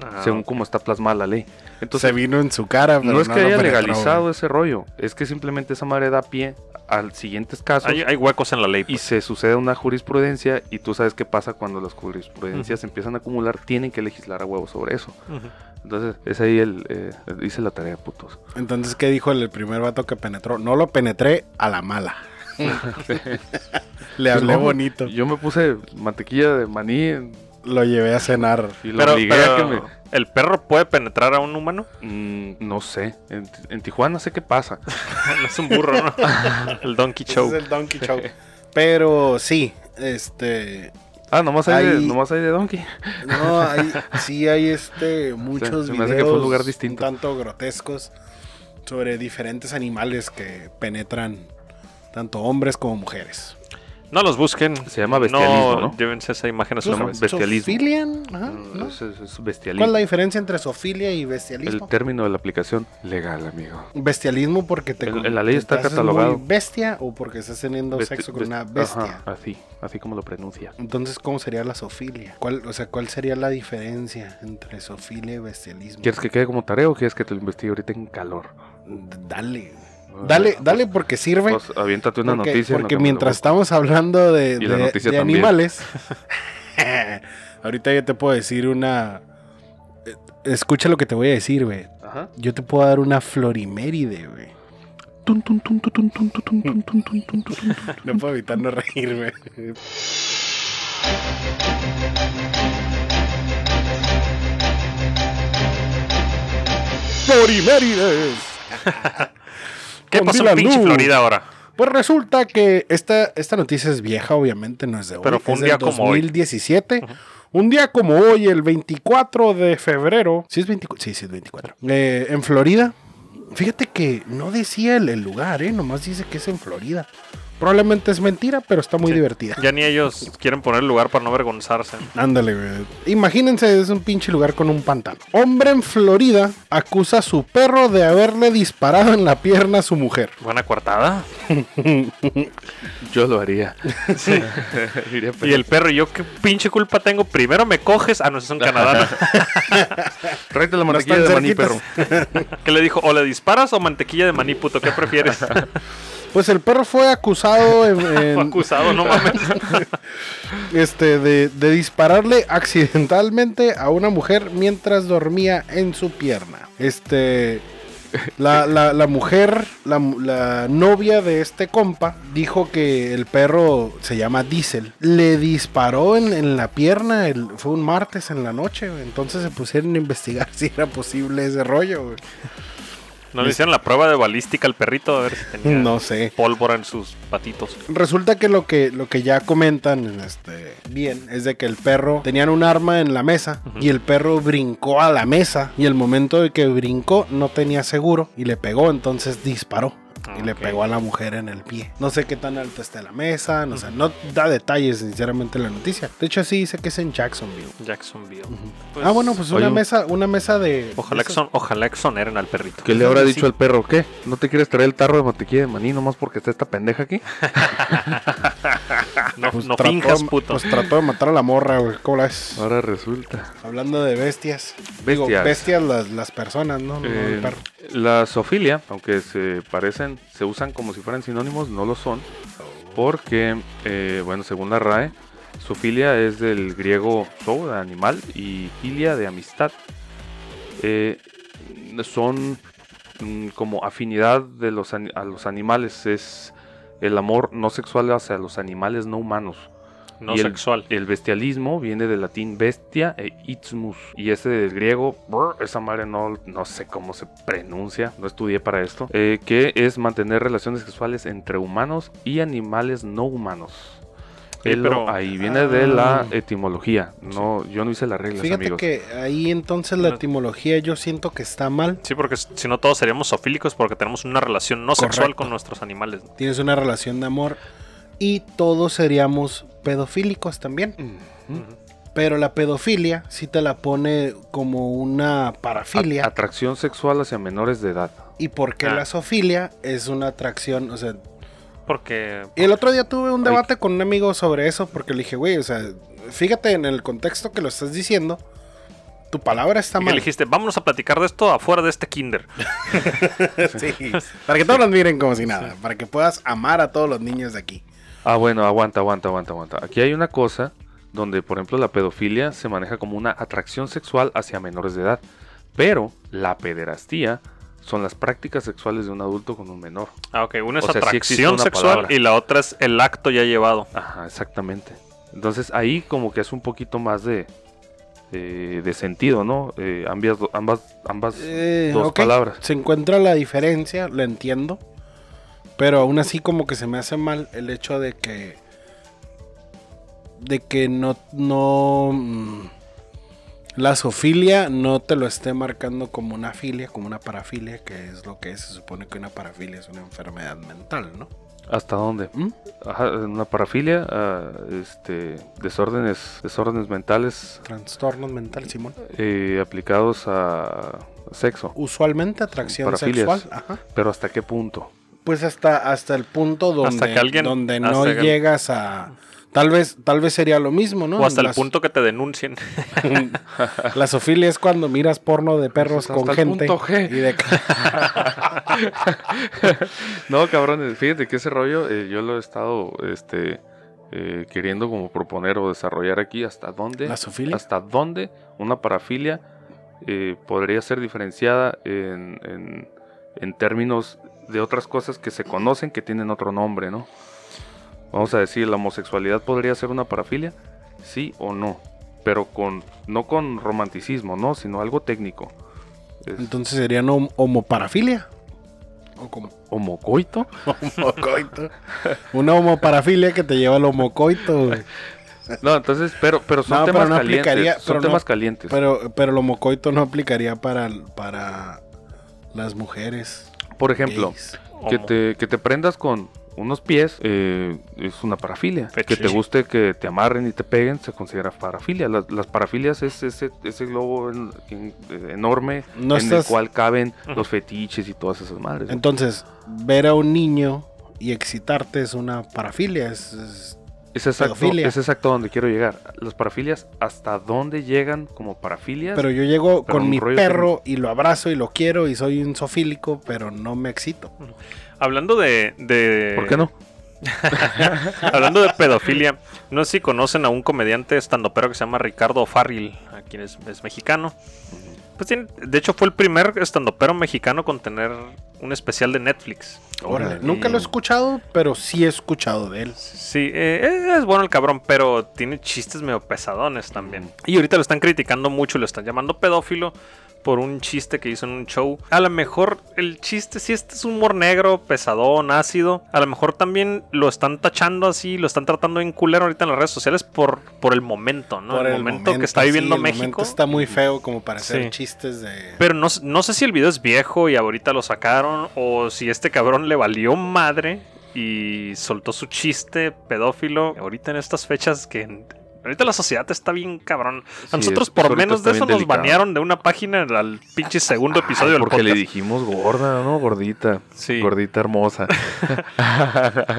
Speaker 3: ahí. Ah,
Speaker 5: según como está plasmada la ley.
Speaker 4: se
Speaker 5: Entonces,
Speaker 4: vino en su cara, pero
Speaker 5: no es que
Speaker 4: lo
Speaker 5: haya
Speaker 4: penetró,
Speaker 5: legalizado
Speaker 4: güey.
Speaker 5: ese rollo, es que simplemente esa madre da pie al siguientes casos
Speaker 3: hay, hay huecos en la ley.
Speaker 5: y
Speaker 3: pues.
Speaker 5: se sucede una jurisprudencia y tú sabes qué pasa cuando las jurisprudencias empiezan a acumular, tienen que legislar a huevo sobre eso.
Speaker 3: Ujú.
Speaker 5: Entonces, es ahí el. eh, hice la tarea, putos.
Speaker 4: Entonces, ¿qué dijo el, el primer vato que penetró? No lo penetré a la mala. Le hablé
Speaker 5: No,
Speaker 4: bonito.
Speaker 5: Yo me puse mantequilla de maní y
Speaker 4: Lo llevé a cenar.
Speaker 5: lo
Speaker 3: Pero,
Speaker 5: obligué a que
Speaker 3: pero,
Speaker 5: me.
Speaker 3: ¿el perro puede penetrar a un humano?
Speaker 5: Mm, no sé. En, en Tijuana sé qué pasa.
Speaker 3: No es un burro, ¿no? el Donkey Show.
Speaker 4: Ese es el Donkey Show. Pero sí, este.
Speaker 5: Ah, nomás hay, de,
Speaker 4: Ahí-
Speaker 5: nomás hay de Donkey.
Speaker 4: No, hay, sí hay este muchos
Speaker 5: se me
Speaker 4: videos
Speaker 5: hace que fue un lugar distinto.
Speaker 4: un tanto grotescos sobre diferentes animales que penetran tanto hombres como mujeres.
Speaker 3: No los busquen.
Speaker 5: Se llama bestialismo, ¿no?
Speaker 3: llévense esa imagen a su
Speaker 5: Se llama
Speaker 3: cabeza.
Speaker 5: Pues bestialismo.
Speaker 4: Zoofilian, ajá,
Speaker 5: Mm,
Speaker 4: ¿no?
Speaker 5: es,
Speaker 4: Ah,
Speaker 5: es- es
Speaker 4: ¿Cuál es la
Speaker 5: bestialismo.
Speaker 4: diferencia entre sofilia y
Speaker 5: El
Speaker 4: bestialismo?
Speaker 5: término de la aplicación legal, amigo.
Speaker 4: Bestialismo porque te
Speaker 5: En- en la ley
Speaker 4: te
Speaker 5: está
Speaker 4: haces
Speaker 5: catalogado.
Speaker 4: muy bestia o porque estás teniendo
Speaker 5: Besti-
Speaker 4: sexo con
Speaker 5: best-
Speaker 4: una bestia.
Speaker 5: Ajá, así, así como lo pronuncia.
Speaker 4: Entonces, ¿cómo sería la sofilia? ¿Cuál, o sea, ¿cuál sería la diferencia entre sofilia y bestialismo?
Speaker 5: ¿Quieres que quede como tarea o quieres que te lo investigue ahorita en calor?
Speaker 4: Dale. Dale, dale porque sirve.
Speaker 5: Ah, Pues, aviéntate una
Speaker 4: porque,
Speaker 5: noticia. en lo
Speaker 4: porque
Speaker 5: que me lo
Speaker 4: mientras estamos hablando de,
Speaker 5: Y la
Speaker 4: de-
Speaker 5: noticia
Speaker 4: de
Speaker 5: también.
Speaker 4: animales, ahorita yo te puedo decir una. eh, Escucha lo que te voy a decir, güey.
Speaker 5: busco. Ajá.
Speaker 4: Yo te puedo dar una floriméride, güey.
Speaker 5: Tun, tun, tun, tun, tun, tun, tun, tun, tun, tun, tun, tun.
Speaker 4: No puedo evitar no reírme. ¡Florimérides!
Speaker 3: ¿Qué
Speaker 4: Con
Speaker 3: pasó en
Speaker 4: Dylan
Speaker 3: pinche
Speaker 4: Lu.
Speaker 3: Florida ahora?
Speaker 4: Pues resulta que esta, esta noticia es vieja, obviamente, no es de hoy.
Speaker 3: Pero fue
Speaker 4: es
Speaker 3: un
Speaker 4: del
Speaker 3: día como hoy.
Speaker 4: 2017. Un día como hoy, el 24 de febrero. Sí, es 24. Sí, sí, es 24. eh, en Florida. Fíjate que no decía el, el lugar, ¿eh? Nomás dice que es en Florida. Probablemente es mentira, pero está muy
Speaker 3: Sí.
Speaker 4: divertida.
Speaker 3: Ya ni ellos quieren poner el lugar para no avergonzarse.
Speaker 4: Ándale, güey. Imagínense, es un pinche lugar con un pantano. Hombre en Florida acusa a su perro de haberle disparado en la pierna a su mujer.
Speaker 3: Buena coartada.
Speaker 5: Yo lo haría. Iría
Speaker 3: Y el
Speaker 5: preso.
Speaker 3: perro, ¿y yo qué pinche culpa tengo? Primero me coges. Ah, no, eso es en Canadá.
Speaker 5: Tráete la mantequilla
Speaker 4: están
Speaker 5: de maní, perro.
Speaker 4: cerquitas.
Speaker 3: ¿no? ¿Qué le dijo? ¿O le disparas o mantequilla de maní, puto? ¿Qué prefieres?
Speaker 4: Pues el perro fue acusado en-
Speaker 3: Fue
Speaker 4: en-
Speaker 3: acusado, no mames.
Speaker 4: este, de, de dispararle accidentalmente a una mujer mientras dormía en su pierna. Este. La, la- la mujer, la, mu- la novia de este compa, dijo que el perro se llama Diesel. Le disparó en, en la pierna, el- fue un martes en la noche, güey. entonces se pusieron a investigar si era posible ese rollo. güey.
Speaker 3: No le hicieron la prueba de balística al perrito a ver si tenía
Speaker 4: No sé.
Speaker 3: pólvora en sus patitos.
Speaker 4: Resulta que lo que lo que ya comentan este bien es de que el perro tenían un arma en la mesa y el perro brincó a la mesa y el momento de que brincó no tenía seguro y le pegó, entonces disparó. Y le
Speaker 3: Ok.
Speaker 4: pegó a la mujer en el pie. No sé qué tan alta está la mesa. No, sé, no da detalles, sinceramente, la noticia. De hecho, sí dice que es en Jacksonville.
Speaker 3: Jacksonville.
Speaker 4: ah, bueno, pues
Speaker 5: oye,
Speaker 4: una
Speaker 5: un-
Speaker 4: mesa, una mesa de.
Speaker 3: Ojalá,
Speaker 4: de esas-
Speaker 3: exon- ojalá exoneren al perrito.
Speaker 5: ¿Qué le habrá
Speaker 4: Sí.
Speaker 5: dicho al perro? ¿Qué? ¿No te quieres traer el tarro de mantequilla de maní nomás porque está esta pendeja aquí?
Speaker 3: Ah, No,
Speaker 4: pues,
Speaker 3: no
Speaker 4: trató-
Speaker 3: finjas, puto.
Speaker 4: Pues trató de matar a la morra, güey. ¿Cómo la ves?
Speaker 5: Ahora resulta.
Speaker 4: Hablando de bestias. Digo,
Speaker 5: Bestias.
Speaker 4: bestias las, las personas, ¿no? No, no el
Speaker 5: Eh,
Speaker 4: perro.
Speaker 5: la zoofilia, aunque se parecen, se usan como si fueran sinónimos, no lo son. Porque, eh, bueno, según la RAE, zoofilia es del griego zoo, de animal, y filia, de amistad. Eh, son mm, como afinidad de los ani- a los animales, es el amor no sexual hacia los animales no humanos.
Speaker 3: No
Speaker 5: y el-
Speaker 3: sexual.
Speaker 5: El bestialismo viene del latín bestia e itmus. Y ese del griego, brr, esa madre no, no sé cómo se pronuncia, no estudié para esto. eh, que es mantener relaciones sexuales entre humanos y animales no humanos.
Speaker 3: Sí,
Speaker 5: Elo,
Speaker 3: pero-
Speaker 5: ahí viene de la
Speaker 4: Ah.
Speaker 5: etimología. No, yo no hice las reglas,
Speaker 4: Fíjate
Speaker 5: amigos.
Speaker 4: que ahí entonces la
Speaker 3: No.
Speaker 4: etimología yo siento que está mal.
Speaker 3: Sí, porque s- si no todos seríamos zoofílicos porque tenemos una relación no sexual
Speaker 4: Correcto.
Speaker 3: con nuestros animales. ¿no?
Speaker 4: Tienes una relación de amor y todos seríamos pedofílicos también. Pero la pedofilia sí te la pone como una parafilia.
Speaker 5: A- atracción sexual hacia menores de edad.
Speaker 4: y porque
Speaker 3: Ah.
Speaker 4: la sofilia es una atracción, o sea,
Speaker 3: Porque
Speaker 4: Y el otro día tuve un debate con un amigo sobre eso porque le dije, güey, o sea, fíjate en el contexto que lo estás diciendo, tu palabra
Speaker 3: y
Speaker 4: está
Speaker 3: que
Speaker 4: mal.
Speaker 3: le dijiste, vámonos a platicar de esto afuera de este kinder.
Speaker 4: Sí, Para que todos los miren como si nada, para que puedas amar a todos los niños de aquí.
Speaker 5: Ah, bueno, aguanta, aguanta, aguanta, aguanta. Aquí hay una cosa donde, por ejemplo, la pedofilia se maneja como una atracción sexual hacia menores de edad, pero la pederastía son las prácticas sexuales de un adulto con un menor.
Speaker 3: Ah, ok. Una es
Speaker 5: O sea, sí existe
Speaker 3: atracción
Speaker 5: una
Speaker 3: sexual
Speaker 5: palabra.
Speaker 3: y la otra es el acto ya llevado.
Speaker 5: Ajá, exactamente. Entonces ahí como que hace un poquito más de, de, de sentido, ¿no? Eh, ambas, ambas, ambas
Speaker 4: Eh,
Speaker 5: dos
Speaker 4: ok,
Speaker 5: palabras.
Speaker 4: Se encuentra la diferencia, lo entiendo, pero aún así como que se me hace mal el hecho de que de que no no mm, la sofilia no te lo esté marcando como una filia, como una parafilia, que es lo que es. se supone que una parafilia es una enfermedad mental, ¿no?
Speaker 5: ¿Hasta dónde?
Speaker 4: ¿Mm?
Speaker 5: Ajá, una parafilia, ah, este, desórdenes, desórdenes mentales
Speaker 4: Trastorno mental, Simón.
Speaker 5: eh, aplicados a sexo.
Speaker 4: Usualmente atracción
Speaker 5: Parafilias.
Speaker 4: sexual, ajá.
Speaker 5: Pero hasta qué punto?
Speaker 4: Pues hasta, hasta el punto donde,
Speaker 3: Hasta que alguien-
Speaker 4: donde
Speaker 3: hasta
Speaker 4: no
Speaker 3: que-
Speaker 4: llegas a. Tal vez, tal vez sería lo mismo, ¿no?
Speaker 3: o hasta el
Speaker 4: Las-
Speaker 3: punto que te denuncien.
Speaker 4: La sofilia es cuando miras porno de perros
Speaker 5: Hasta
Speaker 4: con
Speaker 5: el
Speaker 4: gente.
Speaker 5: punto G.
Speaker 4: Y de-
Speaker 5: no, cabrones, fíjate que ese rollo eh, yo lo he estado este, eh, queriendo como proponer o desarrollar aquí hasta dónde,
Speaker 4: ¿La zoofilia?
Speaker 5: hasta dónde una parafilia eh, podría ser diferenciada en, en- en términos de otras cosas que se conocen que tienen otro nombre, ¿no? Vamos a decir, la homosexualidad podría ser una parafilia, sí o no, pero con no con romanticismo, ¿no? Sino algo técnico. Es
Speaker 4: Entonces serían hom- homoparafilia. O como
Speaker 5: homocoito.
Speaker 4: homocoito. Una homoparafilia que te lleva al homocoito. güey.
Speaker 5: No, entonces, pero, pero son
Speaker 4: No, pero
Speaker 5: temas
Speaker 4: no aplicaría,
Speaker 5: calientes. Son
Speaker 4: pero no-
Speaker 5: temas calientes.
Speaker 4: Pero, pero el homocoito no aplicaría para, para las mujeres.
Speaker 5: Por ejemplo,
Speaker 4: gays.
Speaker 5: que
Speaker 3: Homo.
Speaker 5: te, que te prendas con unos pies, eh, es una parafilia. Que te
Speaker 3: Fetiche.
Speaker 5: guste que te amarren y te peguen, se considera parafilia. Las, las parafilias es ese, ese globo en- en- eh, enorme
Speaker 4: No
Speaker 5: en
Speaker 4: estás-
Speaker 5: el cual caben
Speaker 3: Ujú.
Speaker 5: los fetiches y todas esas madres. güey.
Speaker 4: Entonces, ver a un niño y excitarte es una parafilia. Es, es-
Speaker 5: Es exacto,
Speaker 4: pedofilia.
Speaker 5: es exacto a donde quiero llegar. Las parafilias, ¿hasta dónde llegan como parafilias?
Speaker 4: Pero yo llego
Speaker 5: Pero
Speaker 4: con
Speaker 5: un
Speaker 4: mi
Speaker 5: rollo
Speaker 4: perro y lo abrazo y lo quiero y soy un sofílico, pero no me excito.
Speaker 3: Hablando de, de-
Speaker 5: ¿Por qué no?
Speaker 3: Hablando de pedofilia, no sé si conocen a un comediante estandopero que se llama Ricardo Farril, a quien es, es mexicano. Pues tiene- de hecho fue el primer estandopero mexicano con tener un especial de Netflix.
Speaker 4: Órale,
Speaker 5: Órale.
Speaker 4: Nunca lo he escuchado, pero sí he escuchado de él.
Speaker 3: Sí, eh, es bueno el cabrón, pero tiene chistes medio pesadones también. Y ahorita lo están criticando mucho, lo están llamando pedófilo por un chiste que hizo en un show. A lo mejor el chiste, si este es humor negro, pesadón, ácido, a lo mejor también lo están tachando así, lo están tratando en culero ahorita en las redes sociales por, por el momento, ¿no?
Speaker 4: Por
Speaker 3: el, momento, que está
Speaker 4: sí,
Speaker 3: viviendo
Speaker 4: el momento
Speaker 3: México.
Speaker 4: está muy feo como para hacer
Speaker 3: Sí.
Speaker 4: chistes de.
Speaker 3: Pero no, s- no sé si el video es viejo y ahorita lo sacaron o si este cabrón le valió madre y soltó su chiste pedófilo ahorita en estas fechas que... en- Ahorita la sociedad está bien cabrón. A
Speaker 5: Sí,
Speaker 3: nosotros
Speaker 5: es-
Speaker 3: por
Speaker 5: ahorita
Speaker 3: menos de
Speaker 5: está
Speaker 3: eso
Speaker 5: bien
Speaker 3: nos
Speaker 5: delicado.
Speaker 3: banearon de una página al pinche segundo episodio del
Speaker 5: Ah, Porque le
Speaker 3: podcast.
Speaker 5: dijimos gorda, ¿no? Gordita.
Speaker 3: Sí.
Speaker 5: Gordita hermosa.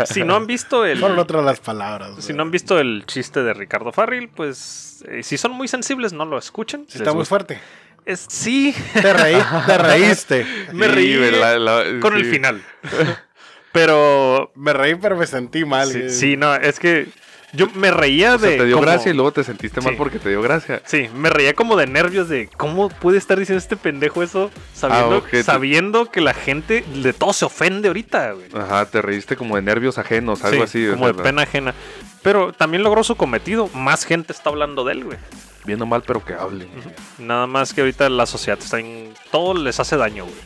Speaker 3: Si no han visto el...
Speaker 4: Son otras las palabras.
Speaker 3: Si
Speaker 4: güey.
Speaker 3: no han visto el chiste de Ricardo Farril, pues eh, si son muy sensibles no lo escuchen. Les
Speaker 4: Sí está muy
Speaker 3: gusta-
Speaker 4: fuerte.
Speaker 3: Es, sí,
Speaker 4: Te, reí, te reíste.
Speaker 3: me
Speaker 5: Sí,
Speaker 3: reí
Speaker 5: güey, la- la-
Speaker 3: con el
Speaker 5: sí.
Speaker 3: final. Pero
Speaker 4: Me reí, pero me sentí mal. Eh,
Speaker 3: Sí,
Speaker 4: güey.
Speaker 3: sí, no, es que yo me reía
Speaker 5: O sea,
Speaker 3: de.
Speaker 5: te dio
Speaker 3: como-
Speaker 5: gracia y luego te sentiste mal
Speaker 3: Sí.
Speaker 5: porque te dio gracia.
Speaker 3: Sí, me reía como de nervios de cómo puede estar diciendo este pendejo eso sabiendo,
Speaker 5: Ah, ojete.
Speaker 3: sabiendo que la gente de todo se ofende ahorita, güey.
Speaker 5: Ajá, te reíste como de nervios ajenos, Ah, algo
Speaker 3: Sí,
Speaker 5: así. o
Speaker 3: Como
Speaker 5: sea,
Speaker 3: de pena ajena. Pero también logró su cometido. Más gente está hablando de él, güey.
Speaker 5: Viendo mal, pero que hable.
Speaker 3: Nada más que ahorita la sociedad está en. Todo les hace daño, güey.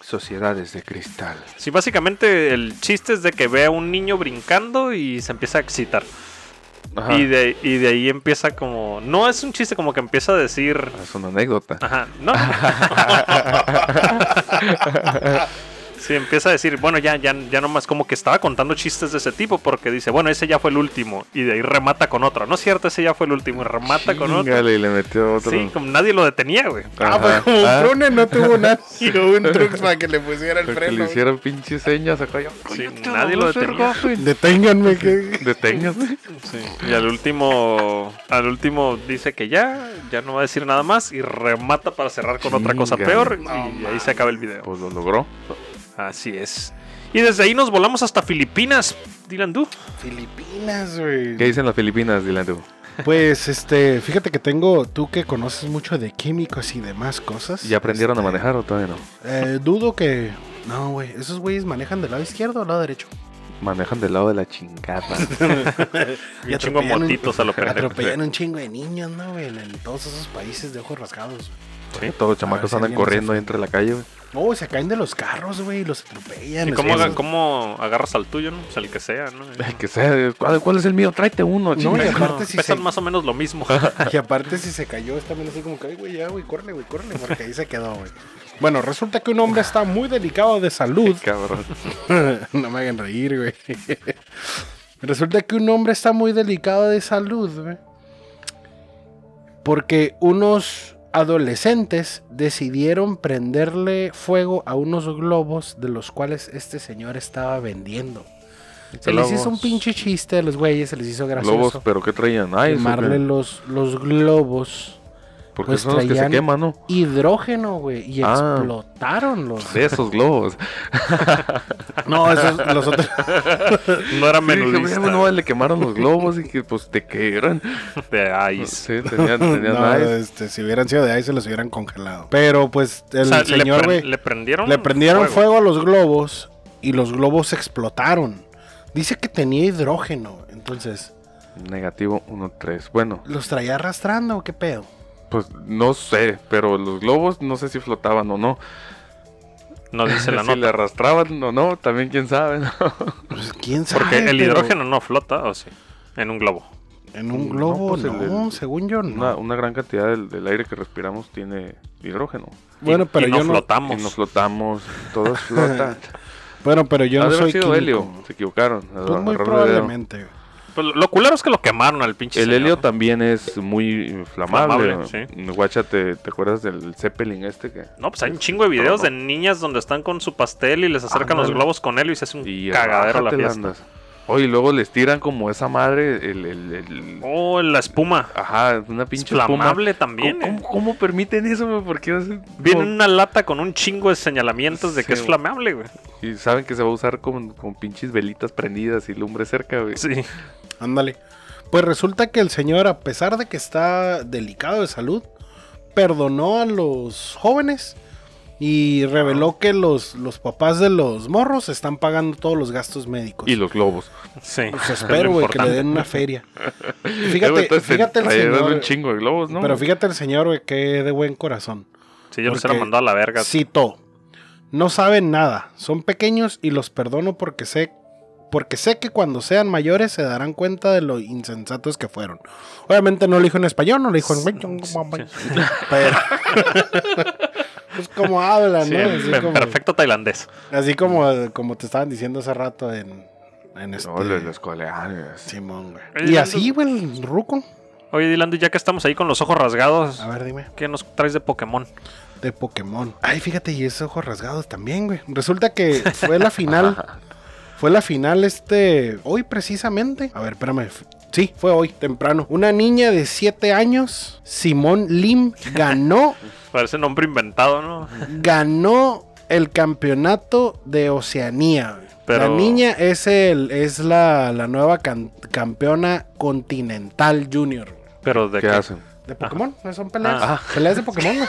Speaker 5: Sociedades de cristal.
Speaker 3: Sí, básicamente el chiste es de que ve a un niño brincando y se empieza a excitar.
Speaker 5: Ajá.
Speaker 3: Y de, y de ahí empieza como. No es un chiste, como que empieza a decir.
Speaker 5: Es una anécdota.
Speaker 3: Ajá, no. sí, empieza a decir, bueno, ya, ya, ya nomás como que estaba contando chistes de ese tipo porque dice, bueno, ese ya fue el último y de ahí remata con otro. No es cierto, ese ya fue el último y remata con otro.
Speaker 5: Chingale, y le metió otro.
Speaker 3: Sí, como nadie lo detenía, güey.
Speaker 4: Ah, pues
Speaker 5: Ajá.
Speaker 4: como
Speaker 5: Ah,
Speaker 4: un prune no tuvo nada. un truco para que le pusiera el
Speaker 5: pero que
Speaker 4: freno.
Speaker 5: le hicieron pinches señas acá. Yo,
Speaker 3: Sí,
Speaker 5: "Cállate,
Speaker 3: nadie lo
Speaker 5: vamos a hacer
Speaker 3: detenía.
Speaker 5: gafe".
Speaker 4: Deténganme que.
Speaker 5: Deténgase.
Speaker 3: Y al último, al último dice que ya, ya no va a decir nada más y remata para cerrar con otra cosa
Speaker 5: Chingale.
Speaker 3: peor y ahí se acaba el video.
Speaker 5: Pues lo logró.
Speaker 3: Así es. Y desde ahí nos volamos hasta Filipinas, Dylan Du.
Speaker 4: Filipinas,
Speaker 5: ¿Qué
Speaker 4: güey.
Speaker 5: dicen las Filipinas, Dylan? tú?
Speaker 4: Pues este, fíjate que tengo, tú que conoces mucho de químicos y demás cosas.
Speaker 5: ¿Ya aprendieron a
Speaker 4: este,
Speaker 5: manejar o todavía no?
Speaker 4: eh, dudo que. No, güey. Esos güeyes manejan del lado izquierdo o lado derecho.
Speaker 5: Manejan del lado de la chingada.
Speaker 3: Y un chingo de
Speaker 4: atropellan un-
Speaker 3: motitos a lo pendejo.
Speaker 4: Atropellan un chingo de niños, ¿no, güey? En, en todos esos países de ojos rasgados. güey.
Speaker 5: Porque
Speaker 4: A
Speaker 5: Todos los
Speaker 4: ver
Speaker 5: chamacos
Speaker 4: si
Speaker 5: andan
Speaker 4: alguien nos
Speaker 5: corriendo ahí entre la calle, güey.
Speaker 4: No, se caen de los carros, güey, y los atropellan.
Speaker 3: ¿Y
Speaker 4: les-
Speaker 3: cómo, haga-
Speaker 4: esos-
Speaker 3: cómo agarras al tuyo, no? Pues al que sea, ¿no?
Speaker 5: Ay, que sea, ¿cuál, cuál es el mío? Tráete uno,
Speaker 4: No,
Speaker 5: chinga.
Speaker 4: y aparte si
Speaker 3: Pesan
Speaker 4: se-
Speaker 3: más o menos lo mismo.
Speaker 4: Y aparte, si se cayó, es también así como que, ay, güey, ya, güey, córrele, güey, córrele, porque ahí se quedó, güey. Bueno, resulta que un
Speaker 3: Ah.
Speaker 4: hombre está muy delicado de salud.
Speaker 5: Cabrón.
Speaker 4: no me hagan reír, güey. resulta que un hombre está muy delicado de salud, güey. Porque unos adolescentes decidieron prenderle fuego a unos globos de los cuales este señor estaba vendiendo. Se les hizo un
Speaker 5: Globos.
Speaker 4: pinche chiste a los güeyes, se les hizo gracioso.
Speaker 5: Globos, pero ¿qué traían? Ay, eso,
Speaker 4: quemarle
Speaker 5: güey.
Speaker 4: los, los globos
Speaker 5: Porque
Speaker 4: pues
Speaker 5: son los que se
Speaker 4: traían-
Speaker 5: queman, ¿no?
Speaker 4: hidrógeno, güey, y
Speaker 5: Ah.
Speaker 4: explotaron los.
Speaker 5: De esos globos.
Speaker 4: No, esos, los otros.
Speaker 3: No era
Speaker 5: Sí, dije,
Speaker 3: menudista.
Speaker 5: "Mira, no, le quemaron los globos y que pues te quedan.
Speaker 3: De ice.
Speaker 5: Sí, tenían, tenían
Speaker 4: No,
Speaker 5: ice.
Speaker 4: este, si hubieran sido de ahí, se los hubieran congelado. Pero pues el
Speaker 3: O sea, le
Speaker 4: señor,
Speaker 3: pre-
Speaker 4: güey,
Speaker 3: le, prendieron
Speaker 4: le, prendieron fuego. a los globos y los globos explotaron. Dice que tenía hidrógeno, entonces,
Speaker 5: Negativo 1-3. Bueno,
Speaker 4: ¿los traía arrastrando o qué pedo?
Speaker 5: pues no sé, pero los globos no sé si flotaban o no.
Speaker 3: No dice la
Speaker 5: si le
Speaker 3: nota.
Speaker 5: arrastraban o no, también quién sabe. ¿no?
Speaker 4: Pues quién sabe.
Speaker 3: Porque el
Speaker 4: pero
Speaker 3: hidrógeno no flota, ¿o sí? En un globo.
Speaker 4: En un
Speaker 5: No,
Speaker 4: globo,
Speaker 5: pues,
Speaker 4: no,
Speaker 5: el- el-
Speaker 4: según yo, no.
Speaker 5: Una, una gran cantidad del, del aire que respiramos tiene hidrógeno.
Speaker 3: Y- y no
Speaker 4: yo no-
Speaker 5: Y
Speaker 3: flotamos.
Speaker 5: nos flotamos, todos flotan.
Speaker 4: Bueno, pero yo
Speaker 5: Ha
Speaker 4: no
Speaker 5: de
Speaker 4: soy
Speaker 5: haber sido
Speaker 4: químico.
Speaker 5: Helio. Se equivocaron.
Speaker 4: Pues muy
Speaker 5: Agarraron el dedo.
Speaker 4: probablemente. güey.
Speaker 3: Pues lo- lo culero es que lo quemaron al pinche.
Speaker 5: El
Speaker 3: señor,
Speaker 5: helio
Speaker 3: ¿no?
Speaker 5: también es muy inflamable.
Speaker 3: Inflamable,
Speaker 5: Guacha, ¿te, te acuerdas del Zeppelin este? Que...
Speaker 3: No, pues hay un chingo de videos de niñas donde están con su pastel y les acercan los
Speaker 5: Ándale.
Speaker 3: globos con helio y se hace un
Speaker 5: Y
Speaker 3: cagadero a la
Speaker 5: rájate
Speaker 3: fiesta.
Speaker 5: andas. Oye, y luego les tiran como esa madre, el... el- el-
Speaker 3: Oh, la espuma.
Speaker 4: Ah,
Speaker 5: Ajá, una pinche espuma.
Speaker 3: Inflamable también.
Speaker 5: ¿Cómo,
Speaker 3: eh.
Speaker 5: cómo, cómo permiten eso, güey? ¿Por qué hacen-
Speaker 3: Viene
Speaker 5: como-
Speaker 3: una lata con un chingo de señalamientos de que
Speaker 5: Sí,
Speaker 3: es
Speaker 5: güey.
Speaker 3: flamable, güey.
Speaker 5: Y saben que se va a usar con, con pinches velitas prendidas y lumbre cerca, güey.
Speaker 3: Sí.
Speaker 4: Ándale. Pues resulta que el señor, a pesar de que está delicado de salud, perdonó a los jóvenes y reveló que los, los papás de los morros están pagando todos los gastos médicos.
Speaker 5: Y los globos.
Speaker 3: Sí.
Speaker 4: Pues
Speaker 3: es lo
Speaker 4: espero, güey, que le
Speaker 3: importante.
Speaker 4: den una feria.
Speaker 5: Eh, güey,
Speaker 4: Fíjate,
Speaker 5: entonces,
Speaker 4: fíjate el
Speaker 5: traerán
Speaker 4: señor.
Speaker 5: un chingo de globos, ¿no?
Speaker 4: Pero fíjate el señor, güey, que de buen corazón.
Speaker 3: Sí, yo no se la
Speaker 4: porque-
Speaker 3: mandó a la verga.
Speaker 4: Cito. No saben nada, son pequeños y los perdono porque sé porque sé que cuando sean mayores se darán cuenta de lo insensatos que fueron. Obviamente no lo dijo en español, no lo dijo en pero es como hablan,
Speaker 3: Sí,
Speaker 4: ¿no?
Speaker 3: en-
Speaker 4: Así
Speaker 3: en
Speaker 4: como,
Speaker 3: perfecto tailandés.
Speaker 4: así como, como te estaban diciendo hace rato en, en este
Speaker 5: No, los, los coleanos.
Speaker 4: Simón, güey.
Speaker 3: Oye,
Speaker 4: Y
Speaker 3: Lando-
Speaker 4: así, güey, el ruco.
Speaker 3: Oye, Dylan, ya que estamos ahí con los ojos rasgados,
Speaker 4: A ver, dime.
Speaker 3: ¿qué nos traes de Pokémon?
Speaker 4: De Pokémon. Ay, fíjate, y esos ojos rasgados también, güey. Resulta que fue la final. Fue la final este. Hoy precisamente. A ver, espérame. F- Sí, fue hoy, temprano. Una niña de 7 años, Simón Lim, ganó.
Speaker 3: Parece nombre inventado, ¿no?
Speaker 4: ganó el campeonato de Oceanía. güey.
Speaker 3: Pero-
Speaker 4: La niña es el. es la, la nueva can- campeona continental junior. güey.
Speaker 3: Pero de
Speaker 5: ¿Qué hacen?
Speaker 4: De Pokémon, no son peleas.
Speaker 3: Ah.
Speaker 4: Peleas de Pokémon, güey.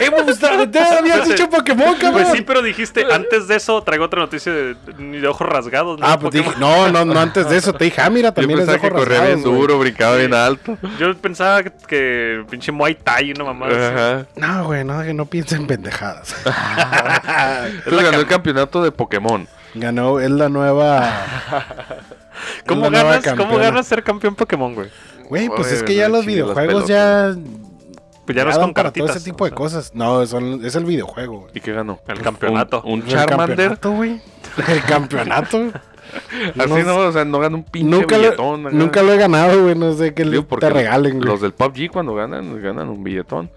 Speaker 4: ¡Eh, pues, te habías
Speaker 3: Pues,
Speaker 4: dicho Pokémon, cabrón!
Speaker 3: Pues sí, pero dijiste, antes de eso traigo otra noticia de, de ojos rasgados. ¿no?
Speaker 4: Ah, pues dije,
Speaker 3: Pokémon.
Speaker 4: no, no, no, antes de eso te dije, ah, mira, también
Speaker 5: Yo
Speaker 4: es
Speaker 5: pensaba
Speaker 4: de
Speaker 5: que
Speaker 4: ojos
Speaker 5: corría bien
Speaker 4: rasgados, güey.
Speaker 5: duro, brincaba bien alto.
Speaker 3: Yo pensaba que pinche Muay Thai, una mamá. así.
Speaker 5: Ajá.
Speaker 4: No, güey, no, que no piensen pendejadas.
Speaker 5: Entonces ganó el campeonato de Pokémon.
Speaker 4: Ganó, es la nueva. es
Speaker 3: ¿Cómo
Speaker 4: la nueva
Speaker 3: ganas, ¿Cómo
Speaker 4: campeona.
Speaker 3: ganas ser campeón Pokémon, güey?
Speaker 4: Güey, pues
Speaker 5: Güey,
Speaker 4: es que
Speaker 5: no
Speaker 4: ya
Speaker 5: le
Speaker 4: los
Speaker 5: chingues las
Speaker 4: videojuegos ya.
Speaker 3: Pues ya no
Speaker 4: ya
Speaker 3: es
Speaker 4: dan
Speaker 3: con
Speaker 4: para
Speaker 3: cartitas.
Speaker 4: todo ese tipo
Speaker 3: o
Speaker 4: de
Speaker 3: sea,
Speaker 4: cosas. No, son- es el videojuego, güey.
Speaker 5: ¿Y qué ganó? Pues,
Speaker 3: El campeonato.
Speaker 5: Un, un
Speaker 4: El
Speaker 5: Charmander.
Speaker 4: campeonato, güey. El campeonato.
Speaker 5: Así no, o sea, no gana un pinche
Speaker 4: Nunca lo,
Speaker 5: billetón. acá.
Speaker 4: nunca lo he ganado, güey. No sé qué
Speaker 5: Digo, porque
Speaker 4: te regalen, güey.
Speaker 5: Los del PUBG cuando ganan, ganan un billetón.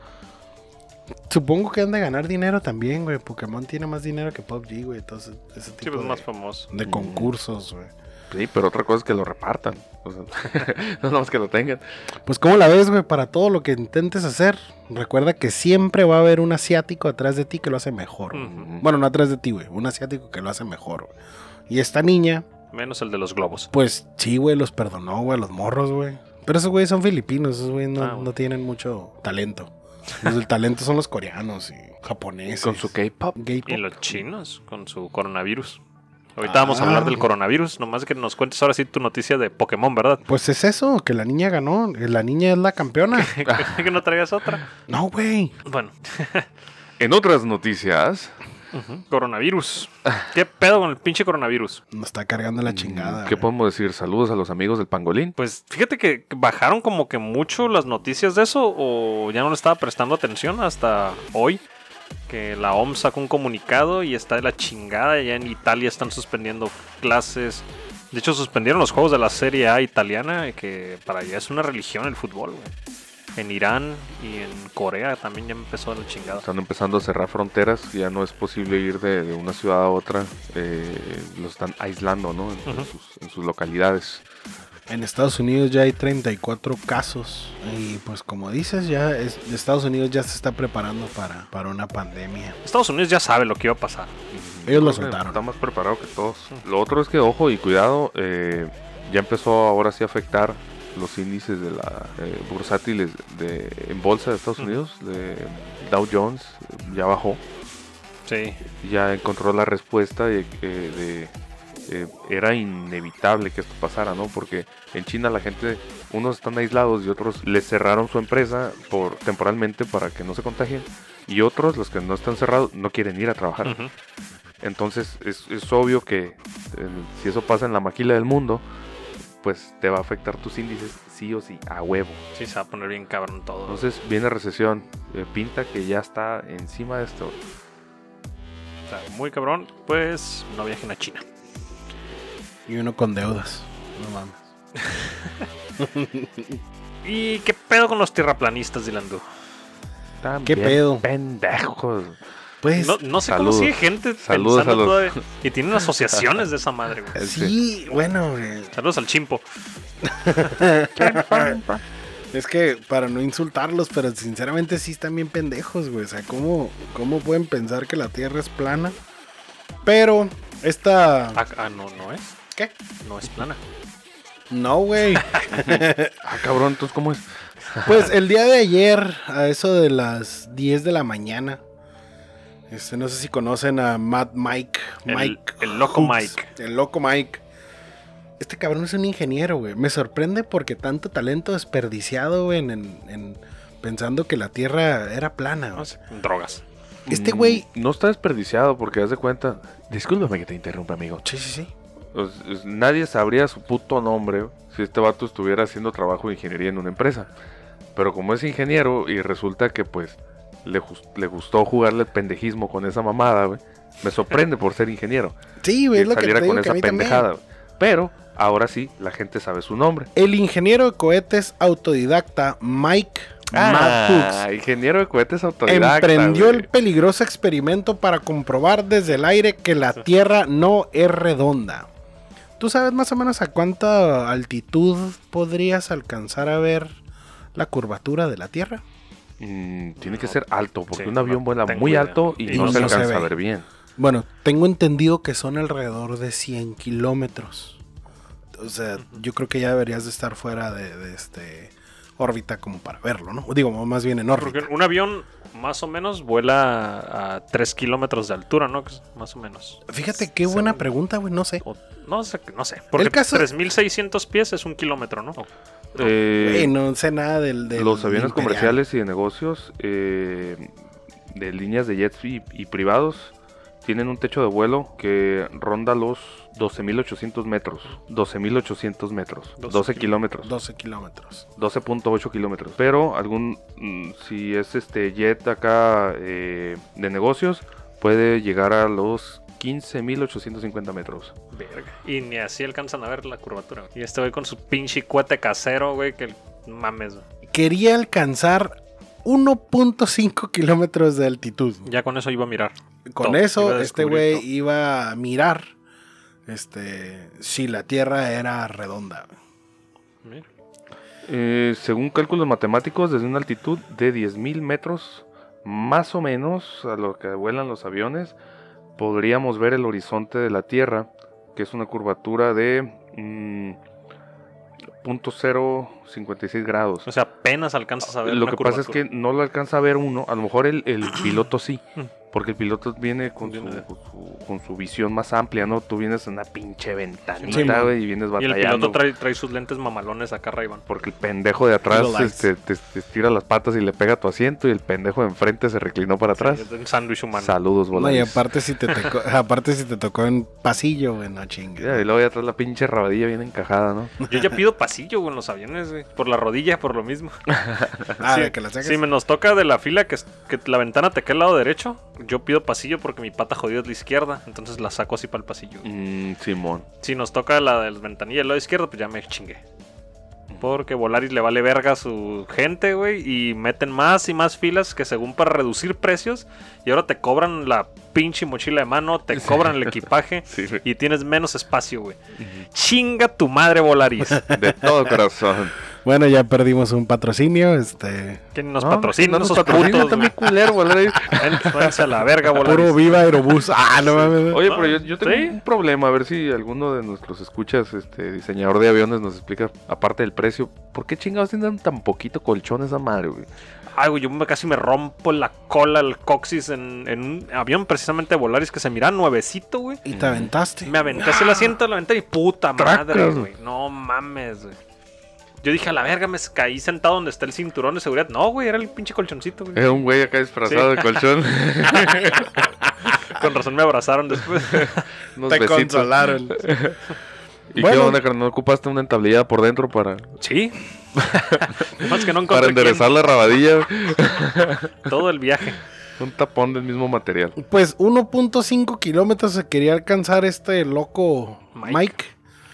Speaker 4: Supongo que han de ganar dinero también, güey. Pokémon tiene más dinero que PUBG, güey. Entonces, ese
Speaker 3: Sí,
Speaker 4: tipo
Speaker 3: pues
Speaker 4: de,
Speaker 3: más famoso.
Speaker 4: de concursos, güey.
Speaker 5: Sí, pero otra cosa es que lo repartan. O sea, no nada más que lo tengan.
Speaker 4: Pues como la ves, güey, para todo lo que intentes hacer, recuerda que siempre va a haber un asiático atrás de ti que lo hace mejor. güey.
Speaker 3: Ujú.
Speaker 4: Bueno, no atrás de ti, güey, un asiático que lo hace mejor. güey. Y esta niña,
Speaker 3: Menos el de los globos.
Speaker 4: pues sí, güey, los perdonó, güey, a los morros, güey. Pero esos güeyes son filipinos, esos güeyes no,
Speaker 3: Ah, bueno.
Speaker 4: no tienen mucho talento. Los del talento son los coreanos y japoneses.
Speaker 5: Con su K-pop.
Speaker 4: gay pop.
Speaker 3: Y los chinos con su coronavirus. Ahorita vamos a
Speaker 4: Ah.
Speaker 3: hablar del coronavirus, nomás que nos cuentes ahora sí tu noticia de Pokémon, ¿verdad?
Speaker 4: Pues es eso, que la niña ganó, que la niña es la campeona.
Speaker 3: que no traigas otra.
Speaker 4: No, güey.
Speaker 3: Bueno,
Speaker 5: En otras noticias,
Speaker 3: ujú, coronavirus. ¿Qué pedo con el pinche coronavirus?
Speaker 4: Nos está cargando
Speaker 3: Mm,
Speaker 4: la chingada.
Speaker 5: ¿qué
Speaker 4: güey.
Speaker 5: podemos decir? Saludos a los amigos del pangolín.
Speaker 3: Pues fíjate que bajaron como que mucho las noticias de eso o ya no le estaba prestando atención hasta hoy. Que la OMS sacó un comunicado y está de la chingada. Ya en Italia están suspendiendo clases. De hecho, suspendieron los juegos de la Serie A italiana, que para allá es una religión el fútbol, güey. En Irán y en Corea también ya empezó la chingada.
Speaker 5: Están empezando a cerrar fronteras, ya no es posible ir de, de una ciudad a otra. eh, los están aislando, ¿no? En, en
Speaker 3: Ujú.
Speaker 5: sus, en sus localidades.
Speaker 4: En Estados Unidos ya hay 34 casos y pues como dices, ya es- Estados Unidos ya se está preparando para, para una pandemia.
Speaker 3: Estados Unidos ya sabe lo que iba a pasar.
Speaker 4: Ellos lo
Speaker 5: Creo que
Speaker 4: soltaron.
Speaker 5: Está más preparado que todos. Lo otro es que, ojo y cuidado, eh, ya empezó ahora sí a afectar los índices de la eh, bursátiles de, en bolsa de Estados
Speaker 3: Mm.
Speaker 5: Unidos. De Dow Jones eh, ya bajó,
Speaker 3: Sí.
Speaker 5: ya encontró la respuesta de, eh, de, eh, era inevitable que esto pasara, ¿no? Porque en China la gente, unos están aislados y otros les cerraron su empresa por temporalmente para que no se contagien. Y otros, los que no están cerrados, no quieren ir a trabajar.
Speaker 3: Ujú.
Speaker 5: Entonces es, es obvio que eh, si eso pasa en la maquila del mundo, pues te va a afectar tus índices sí o sí, a huevo.
Speaker 3: Sí, se va a poner bien cabrón todo.
Speaker 5: Entonces viene recesión, eh, pinta que ya está encima de esto.
Speaker 3: Está muy cabrón. Pues no viajen a China.
Speaker 4: Y uno con deudas. No mames.
Speaker 3: ¿Y qué pedo con los tierraplanistas, Dilandú?
Speaker 5: Están
Speaker 4: ¿Qué
Speaker 5: bien
Speaker 4: pedo?
Speaker 5: Pendejos.
Speaker 4: Pues
Speaker 3: No, no sé
Speaker 5: Saludos.
Speaker 3: cómo sigue gente
Speaker 5: Saludos a
Speaker 3: pensando
Speaker 5: los-
Speaker 3: todavía. Y tienen asociaciones de esa madre, güey.
Speaker 4: sí, bueno, güey.
Speaker 3: Saludos al chimpo.
Speaker 4: Es que para no insultarlos, pero sinceramente sí están bien pendejos, güey. O sea, ¿cómo, cómo pueden pensar que la Tierra es plana? Pero esta...
Speaker 3: Ah, ah, no, no es.
Speaker 4: ¿Qué?
Speaker 3: No es plana.
Speaker 4: No, güey.
Speaker 5: Ah, cabrón, entonces, ¿cómo es?
Speaker 4: Pues el día de ayer, a eso de las 10 de la mañana, este, no sé si conocen a Mad Mike.
Speaker 3: El-
Speaker 4: Mike
Speaker 3: el loco
Speaker 4: Hooks,
Speaker 3: Mike.
Speaker 4: El loco Mike. Este cabrón es un ingeniero, güey. Me sorprende porque tanto talento desperdiciado güey, en, en- en pensando que la Tierra era plana. güey.
Speaker 3: No sé, Drogas.
Speaker 4: Este güey...
Speaker 5: Mm, No está desperdiciado porque haz de cuenta. Discúlpame que te interrumpa, amigo.
Speaker 4: Sí, sí, sí.
Speaker 5: Pues, es- nadie sabría su puto nombre si este vato estuviera haciendo trabajo de ingeniería en una empresa. Pero como es ingeniero y resulta que pues le, jus- le gustó jugarle al pendejismo con esa mamada, güey, Me sorprende por ser ingeniero.
Speaker 4: Sí,
Speaker 5: Y
Speaker 4: güey, es lo que
Speaker 5: saliera
Speaker 4: te digo
Speaker 5: con
Speaker 4: que a
Speaker 5: esa
Speaker 4: mí también.
Speaker 5: pendejada, güey. Pero ahora sí, la gente sabe su nombre.
Speaker 4: El ingeniero de cohetes autodidacta Mike Mad Hooks
Speaker 5: Ah, ingeniero de cohetes autodidacta.
Speaker 4: emprendió
Speaker 5: güey.
Speaker 4: el peligroso experimento para comprobar desde el aire que la Tierra no es redonda. ¿Tú sabes más o menos a cuánta altitud podrías alcanzar a ver la curvatura de la Tierra?
Speaker 5: Mm, tiene que
Speaker 3: No.
Speaker 5: ser alto, porque
Speaker 3: Sí,
Speaker 5: un avión
Speaker 3: no
Speaker 5: vuela
Speaker 3: tengo
Speaker 5: muy
Speaker 3: idea.
Speaker 5: alto y,
Speaker 3: Y
Speaker 5: no
Speaker 4: no
Speaker 5: se
Speaker 4: se
Speaker 5: alcanza
Speaker 4: ve.
Speaker 5: a ver bien.
Speaker 4: Bueno, tengo entendido que son alrededor de 100 kilómetros. O sea, yo creo que ya deberías de estar fuera de, de este órbita como para verlo, ¿no? Digo, más bien en
Speaker 3: Porque
Speaker 4: órbita.
Speaker 3: un avión más o menos vuela a 3 kilómetros de altura, ¿no? Que es Más o menos.
Speaker 4: Fíjate qué buena pregunta, güey, no sé.
Speaker 3: O- no sé, no sé. Porque
Speaker 4: El caso- Oh.
Speaker 3: 3600 pies es un kilómetro, ¿no?
Speaker 5: Eh,
Speaker 4: Güey, no sé nada del... del
Speaker 5: los aviones
Speaker 4: imperial.
Speaker 5: comerciales y de negocios eh, de líneas de jets y, y privados tienen un techo de vuelo que ronda los 12.800 metros. 12.800 metros.
Speaker 3: 12
Speaker 5: 12
Speaker 3: Pues,
Speaker 5: kilómetros.
Speaker 4: 12 kilómetros.
Speaker 5: 12.8 kilómetros. Pero algún, mm, si es este jet acá eh, de negocios, puede llegar a los 15.850 metros.
Speaker 3: Verga. Y ni así alcanzan a ver la curvatura. güey. Y este güey con su pinche cohete casero, güey, que el- mames. güey.
Speaker 4: quería alcanzar 1.5 kilómetros de altitud.
Speaker 3: Ya con eso iba a mirar.
Speaker 4: Con
Speaker 3: Todo, iba
Speaker 4: eso,
Speaker 3: a
Speaker 4: este
Speaker 3: descubrir
Speaker 4: güey
Speaker 3: todo.
Speaker 4: iba a mirar este, si la Tierra era redonda.
Speaker 3: Mira.
Speaker 5: Eh, según cálculos matemáticos, desde una altitud de 10.000 metros, más o menos a lo que vuelan los aviones, podríamos ver el horizonte de la Tierra, que es una curvatura de mm, 0.056 grados.
Speaker 3: O sea, apenas alcanzas a ver
Speaker 5: Lo
Speaker 3: una
Speaker 5: que pasa es que
Speaker 3: curvatura.
Speaker 5: no lo alcanza a ver uno, a lo mejor el, el piloto sí,
Speaker 3: Mm.
Speaker 5: porque el piloto viene con
Speaker 3: Viene
Speaker 5: su,
Speaker 3: de-
Speaker 5: con su- con su visión más amplia, ¿no? Tú vienes en una pinche
Speaker 4: Sí,
Speaker 5: ventanita
Speaker 4: man.
Speaker 5: güey, y vienes
Speaker 3: Y el
Speaker 5: batallando.
Speaker 3: piloto trae, trae sus lentes mamalones acá, Ray
Speaker 5: Porque el pendejo de atrás
Speaker 4: Little lights.
Speaker 5: este, te, te estira las patas y le pega a tu asiento y el pendejo de enfrente se reclinó para atrás.
Speaker 3: Un sándwich humano.
Speaker 5: Saludos,
Speaker 4: No, y
Speaker 5: Volaris.
Speaker 4: aparte si, te tocó, aparte si te tocó en pasillo, güey, no
Speaker 5: Ya,
Speaker 4: chingue.
Speaker 5: y luego ya atrás la pinche rabadilla bien encajada, ¿no?
Speaker 3: Yo ya pido pasillo, güey, en los aviones, güey. Por la rodilla, por lo mismo.
Speaker 4: Ah,
Speaker 3: Sí,
Speaker 4: de que la saques.
Speaker 3: Si me nos toca de la fila que, es- que la ventana te queda al lado derecho, yo pido pasillo porque mi pata jodida es la izquierda, entonces la saco así para el pasillo.
Speaker 5: Mm, Simón.
Speaker 3: Si nos toca la de la ventanilla del lado izquierdo, pues ya me chingué. Porque Volaris le vale verga a su gente, güey, y meten más y más filas que según para reducir precios, y ahora te cobran la pinche mochila de mano, te cobran el equipaje,
Speaker 5: Sí, güey.
Speaker 3: y tienes menos espacio, güey. Chinga tu madre, Volaris.
Speaker 5: De todo corazón.
Speaker 4: Bueno, ya perdimos un patrocinio, este...
Speaker 3: Que nos
Speaker 5: No,
Speaker 3: patrocina,
Speaker 5: no nos patrocina también culero, Volaris.
Speaker 3: a la verga, Volaris.
Speaker 4: Puro viva aerobús. Ah, no mames.
Speaker 5: Oye,
Speaker 3: No,
Speaker 5: pero yo, yo tengo
Speaker 3: sí.
Speaker 5: un problema. A ver si alguno de nuestros escuchas, este diseñador de aviones, nos explica, aparte del precio, ¿por qué chingados tienen tan poquito colchón esa madre, güey?
Speaker 3: Ay, güey, yo me- casi me rompo la cola, el coxis en, en un avión precisamente de Volaris que se mira nuevecito, güey.
Speaker 4: Y te aventaste.
Speaker 3: Me aventé hacia el asiento de la ventana y puta
Speaker 5: Tracas.
Speaker 3: madre, güey. No mames, güey. Yo dije, a la verga, me caí sentado donde está el cinturón de seguridad. No, güey, era el pinche colchoncito, güey.
Speaker 5: Era un güey acá disfrazado
Speaker 3: Sí.
Speaker 5: de colchón.
Speaker 3: Con razón me abrazaron después.
Speaker 5: Unos
Speaker 4: Te
Speaker 5: besitos.
Speaker 4: consolaron.
Speaker 5: ¿Y
Speaker 4: Bueno.
Speaker 5: qué onda, carnal? ¿No ocupaste una entablillada por dentro para,
Speaker 3: sí. Más que no encontré
Speaker 5: para
Speaker 3: quién
Speaker 5: enderezar la rabadilla?
Speaker 3: todo el viaje.
Speaker 5: Un tapón del mismo material.
Speaker 4: Pues 1.5 kilómetros se quería alcanzar este loco
Speaker 3: Mike.
Speaker 4: Mike.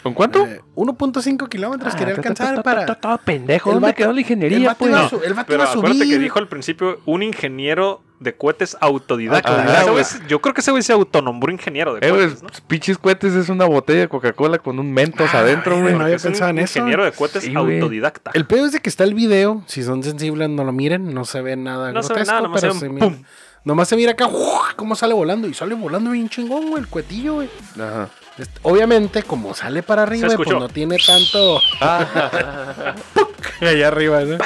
Speaker 5: ¿Con cuánto?
Speaker 4: Eh, 1.5
Speaker 3: Ah,
Speaker 4: kilómetros quería alcanzar
Speaker 5: Todo,
Speaker 4: para...
Speaker 5: pendejo.
Speaker 4: el
Speaker 5: ¿Dónde
Speaker 4: vato-
Speaker 5: quedó la
Speaker 4: el
Speaker 5: ingeniería,
Speaker 4: vato
Speaker 5: pues?
Speaker 4: iba a
Speaker 5: No.
Speaker 4: su- el vato
Speaker 3: Pero
Speaker 4: iba a
Speaker 3: acuérdate que
Speaker 4: subir.
Speaker 3: dijo al principio un ingeniero de cohetes autodidacta.
Speaker 5: Autodidacta.
Speaker 3: Ese güey es- yo creo que ese güey se autonombró ingeniero de
Speaker 5: Eh, güey,
Speaker 3: cohetes, ¿no?
Speaker 5: pinches cohetes es una botella de Coca-Cola con un mentos adentro, güey.
Speaker 4: no había
Speaker 3: Es un
Speaker 4: pensado en eso.
Speaker 3: ingeniero de cohetes
Speaker 5: Sí, güey.
Speaker 3: autodidacta.
Speaker 4: El pedo es de que está el video. Si son sensibles, no lo miren. No se ve nada.
Speaker 3: No se ve nada, nomás
Speaker 4: pero
Speaker 3: se ve un
Speaker 4: mira-
Speaker 3: pum.
Speaker 4: Nomás se mira acá, ¡guau! cómo sale volando. Y sale volando bien chingón, güey, el cuetillo, güey.
Speaker 5: Ajá.
Speaker 4: Este, Obviamente, como sale para arriba, pues
Speaker 3: escuchó. Ah.
Speaker 4: no tiene tanto. ¡Puc! Allá arriba, ¿no?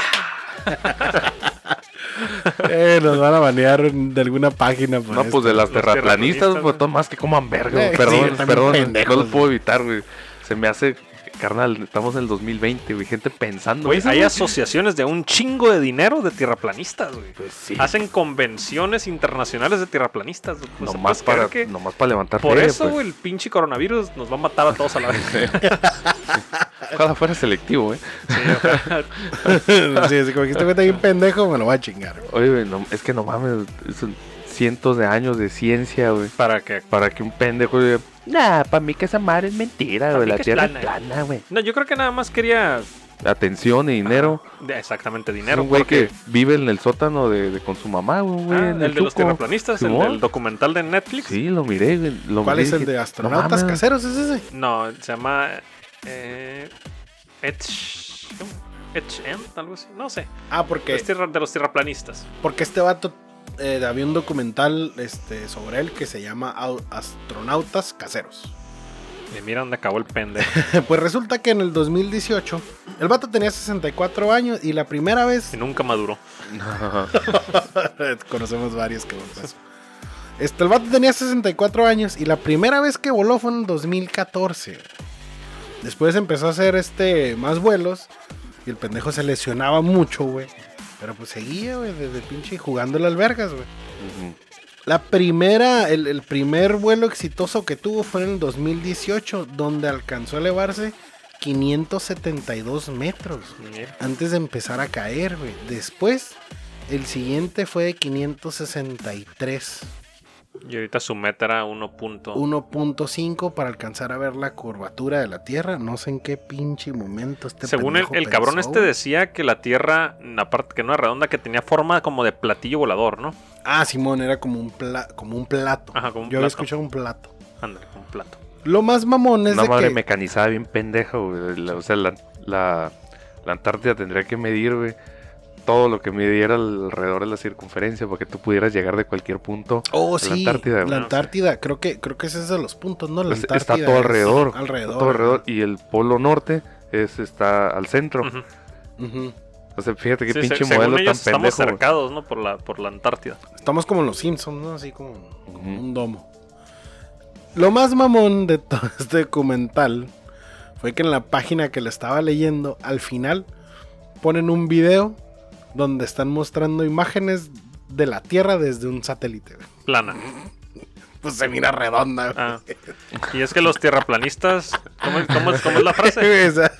Speaker 4: Eh, nos van a banear de alguna página. por
Speaker 5: No,
Speaker 4: esto.
Speaker 5: pues de las
Speaker 3: Los
Speaker 5: terraplanistas,
Speaker 3: terraplanistas,
Speaker 5: pues
Speaker 3: güey.
Speaker 5: todo más que coman verga, güey.
Speaker 4: Eh, sí,
Speaker 5: Perdón,
Speaker 4: están
Speaker 5: perdón,
Speaker 4: pendejos,
Speaker 5: no lo
Speaker 4: güey.
Speaker 5: puedo evitar, güey. Se me hace, carnal, estamos en el 2020, güey. pues, Gente pensando.
Speaker 3: Güey,
Speaker 5: eso,
Speaker 3: hay asociaciones de un chingo de dinero de tierraplanistas, güey.
Speaker 5: Pues sí.
Speaker 3: Hacen convenciones internacionales de tierraplanistas. güey. Pues, ¿puedes
Speaker 5: nomás, para,
Speaker 3: creer que
Speaker 5: nomás para levantar
Speaker 3: Por
Speaker 5: feria,
Speaker 3: eso,
Speaker 5: pues.
Speaker 3: güey, el pinche coronavirus nos va a matar a todos a la vez.
Speaker 5: Ojalá fuera selectivo, güey.
Speaker 4: sí, sí, como que este güey está bien pendejo, me lo va a chingar. güey.
Speaker 5: Oye, güey, no- es que no mames, son cientos de años de ciencia, güey.
Speaker 3: Para que
Speaker 5: Para que un pendejo diga, nah, para mí que esa madre es mentira,
Speaker 3: Pa'
Speaker 5: güey.
Speaker 3: mí
Speaker 5: La
Speaker 3: que es
Speaker 5: tierra es
Speaker 3: plana".
Speaker 5: plana, güey.
Speaker 3: No, yo creo que nada más quería
Speaker 5: Atención y dinero.
Speaker 3: de- exactamente
Speaker 5: Es
Speaker 3: dinero.
Speaker 5: un güey
Speaker 3: porque-
Speaker 5: que vive en el sótano de, de- con su mamá, güey, güey,
Speaker 3: Ah,
Speaker 5: en
Speaker 3: el,
Speaker 5: el,
Speaker 3: de los
Speaker 5: Chuco.
Speaker 3: tierraplanistas, el
Speaker 5: Simón.
Speaker 3: del documental de Netflix.
Speaker 5: Sí, lo miré, güey. lo
Speaker 4: ¿Cuál
Speaker 5: miré y
Speaker 4: es el
Speaker 5: dije,
Speaker 4: de
Speaker 5: "No
Speaker 4: astronautas
Speaker 5: mames".
Speaker 4: caseros? ¿Es ese?
Speaker 3: No, se llama. Eh, Edge. End, algo así. No sé.
Speaker 4: Ah, porque,
Speaker 3: Es tierra- de los tierraplanistas.
Speaker 4: porque este vato eh, había un documental este, sobre él que se llama Au- Astronautas Caseros.
Speaker 3: Y mira dónde acabó el pendejo.
Speaker 4: Pues resulta que en el 2018 el vato tenía 64 años y la primera
Speaker 3: y
Speaker 4: vez
Speaker 3: nunca maduró.
Speaker 4: conocemos varios que voló. Este, el vato tenía 64 años y la primera vez que voló fue en el 2014. Después empezó a hacer este más vuelos y el pendejo se lesionaba mucho, güey. Pero pues seguía, güey, desde pinche jugando las vergas, güey.
Speaker 5: Ujú.
Speaker 4: La primera, el, el primer vuelo exitoso que tuvo fue en el 2018, donde alcanzó a elevarse 572 metros.
Speaker 3: Mira.
Speaker 4: antes de empezar a caer, güey. Después, el siguiente fue de 563.
Speaker 3: Y ahorita su meta era 1.1.
Speaker 4: 1.5 para alcanzar a ver la curvatura de la Tierra. No sé en qué pinche momento este
Speaker 3: Según el,
Speaker 4: pendejo
Speaker 3: el cabrón
Speaker 4: pensó,
Speaker 3: este
Speaker 4: güey.
Speaker 3: decía que la Tierra, aparte que no era redonda, que tenía forma como de platillo volador, ¿no?
Speaker 4: Ah, Simón, era como un, pla- como un plato.
Speaker 3: Ajá, como un
Speaker 4: Yo
Speaker 3: plato.
Speaker 4: había escuchado un plato.
Speaker 3: Ándale, un plato.
Speaker 4: Lo más mamón es
Speaker 5: Una
Speaker 4: de
Speaker 5: madre
Speaker 4: que...
Speaker 5: mecanizada bien pendeja, güey. La- O sea, la, la, la Antártida tendría que medir, güey, todo lo que midiera alrededor de la circunferencia para que tú pudieras llegar de cualquier punto.
Speaker 4: Oh,
Speaker 5: la
Speaker 4: sí,
Speaker 5: Antártida,
Speaker 4: la
Speaker 5: güey.
Speaker 4: Antártida. Creo que, creo que ese es de los puntos, ¿no? La
Speaker 5: Pues
Speaker 4: Antártida
Speaker 5: está todo
Speaker 4: es
Speaker 5: alrededor. está
Speaker 4: Alrededor.
Speaker 5: todo alrededor. Y el polo norte es, está al centro.
Speaker 3: Ujú.
Speaker 4: Ujú.
Speaker 5: O sea, fíjate qué
Speaker 3: Sí,
Speaker 5: pinche
Speaker 3: se- según
Speaker 5: modelo tan
Speaker 3: ellos estamos
Speaker 5: pendejo. güey.
Speaker 3: cercados, ¿no? Por la, por la Antártida.
Speaker 4: Estamos como los Simpsons, ¿no? Así como, como
Speaker 5: Ujú.
Speaker 4: un domo. Lo más mamón de todo este documental fue que en la página que le estaba leyendo, al final ponen un video donde están mostrando imágenes de la Tierra desde un satélite. güey.
Speaker 3: Plana.
Speaker 4: Pues se mira redonda. güey.
Speaker 3: Ah. Y es que los tierraplanistas. ¿Cómo, es- cómo es- cómo es la frase?
Speaker 4: O sea,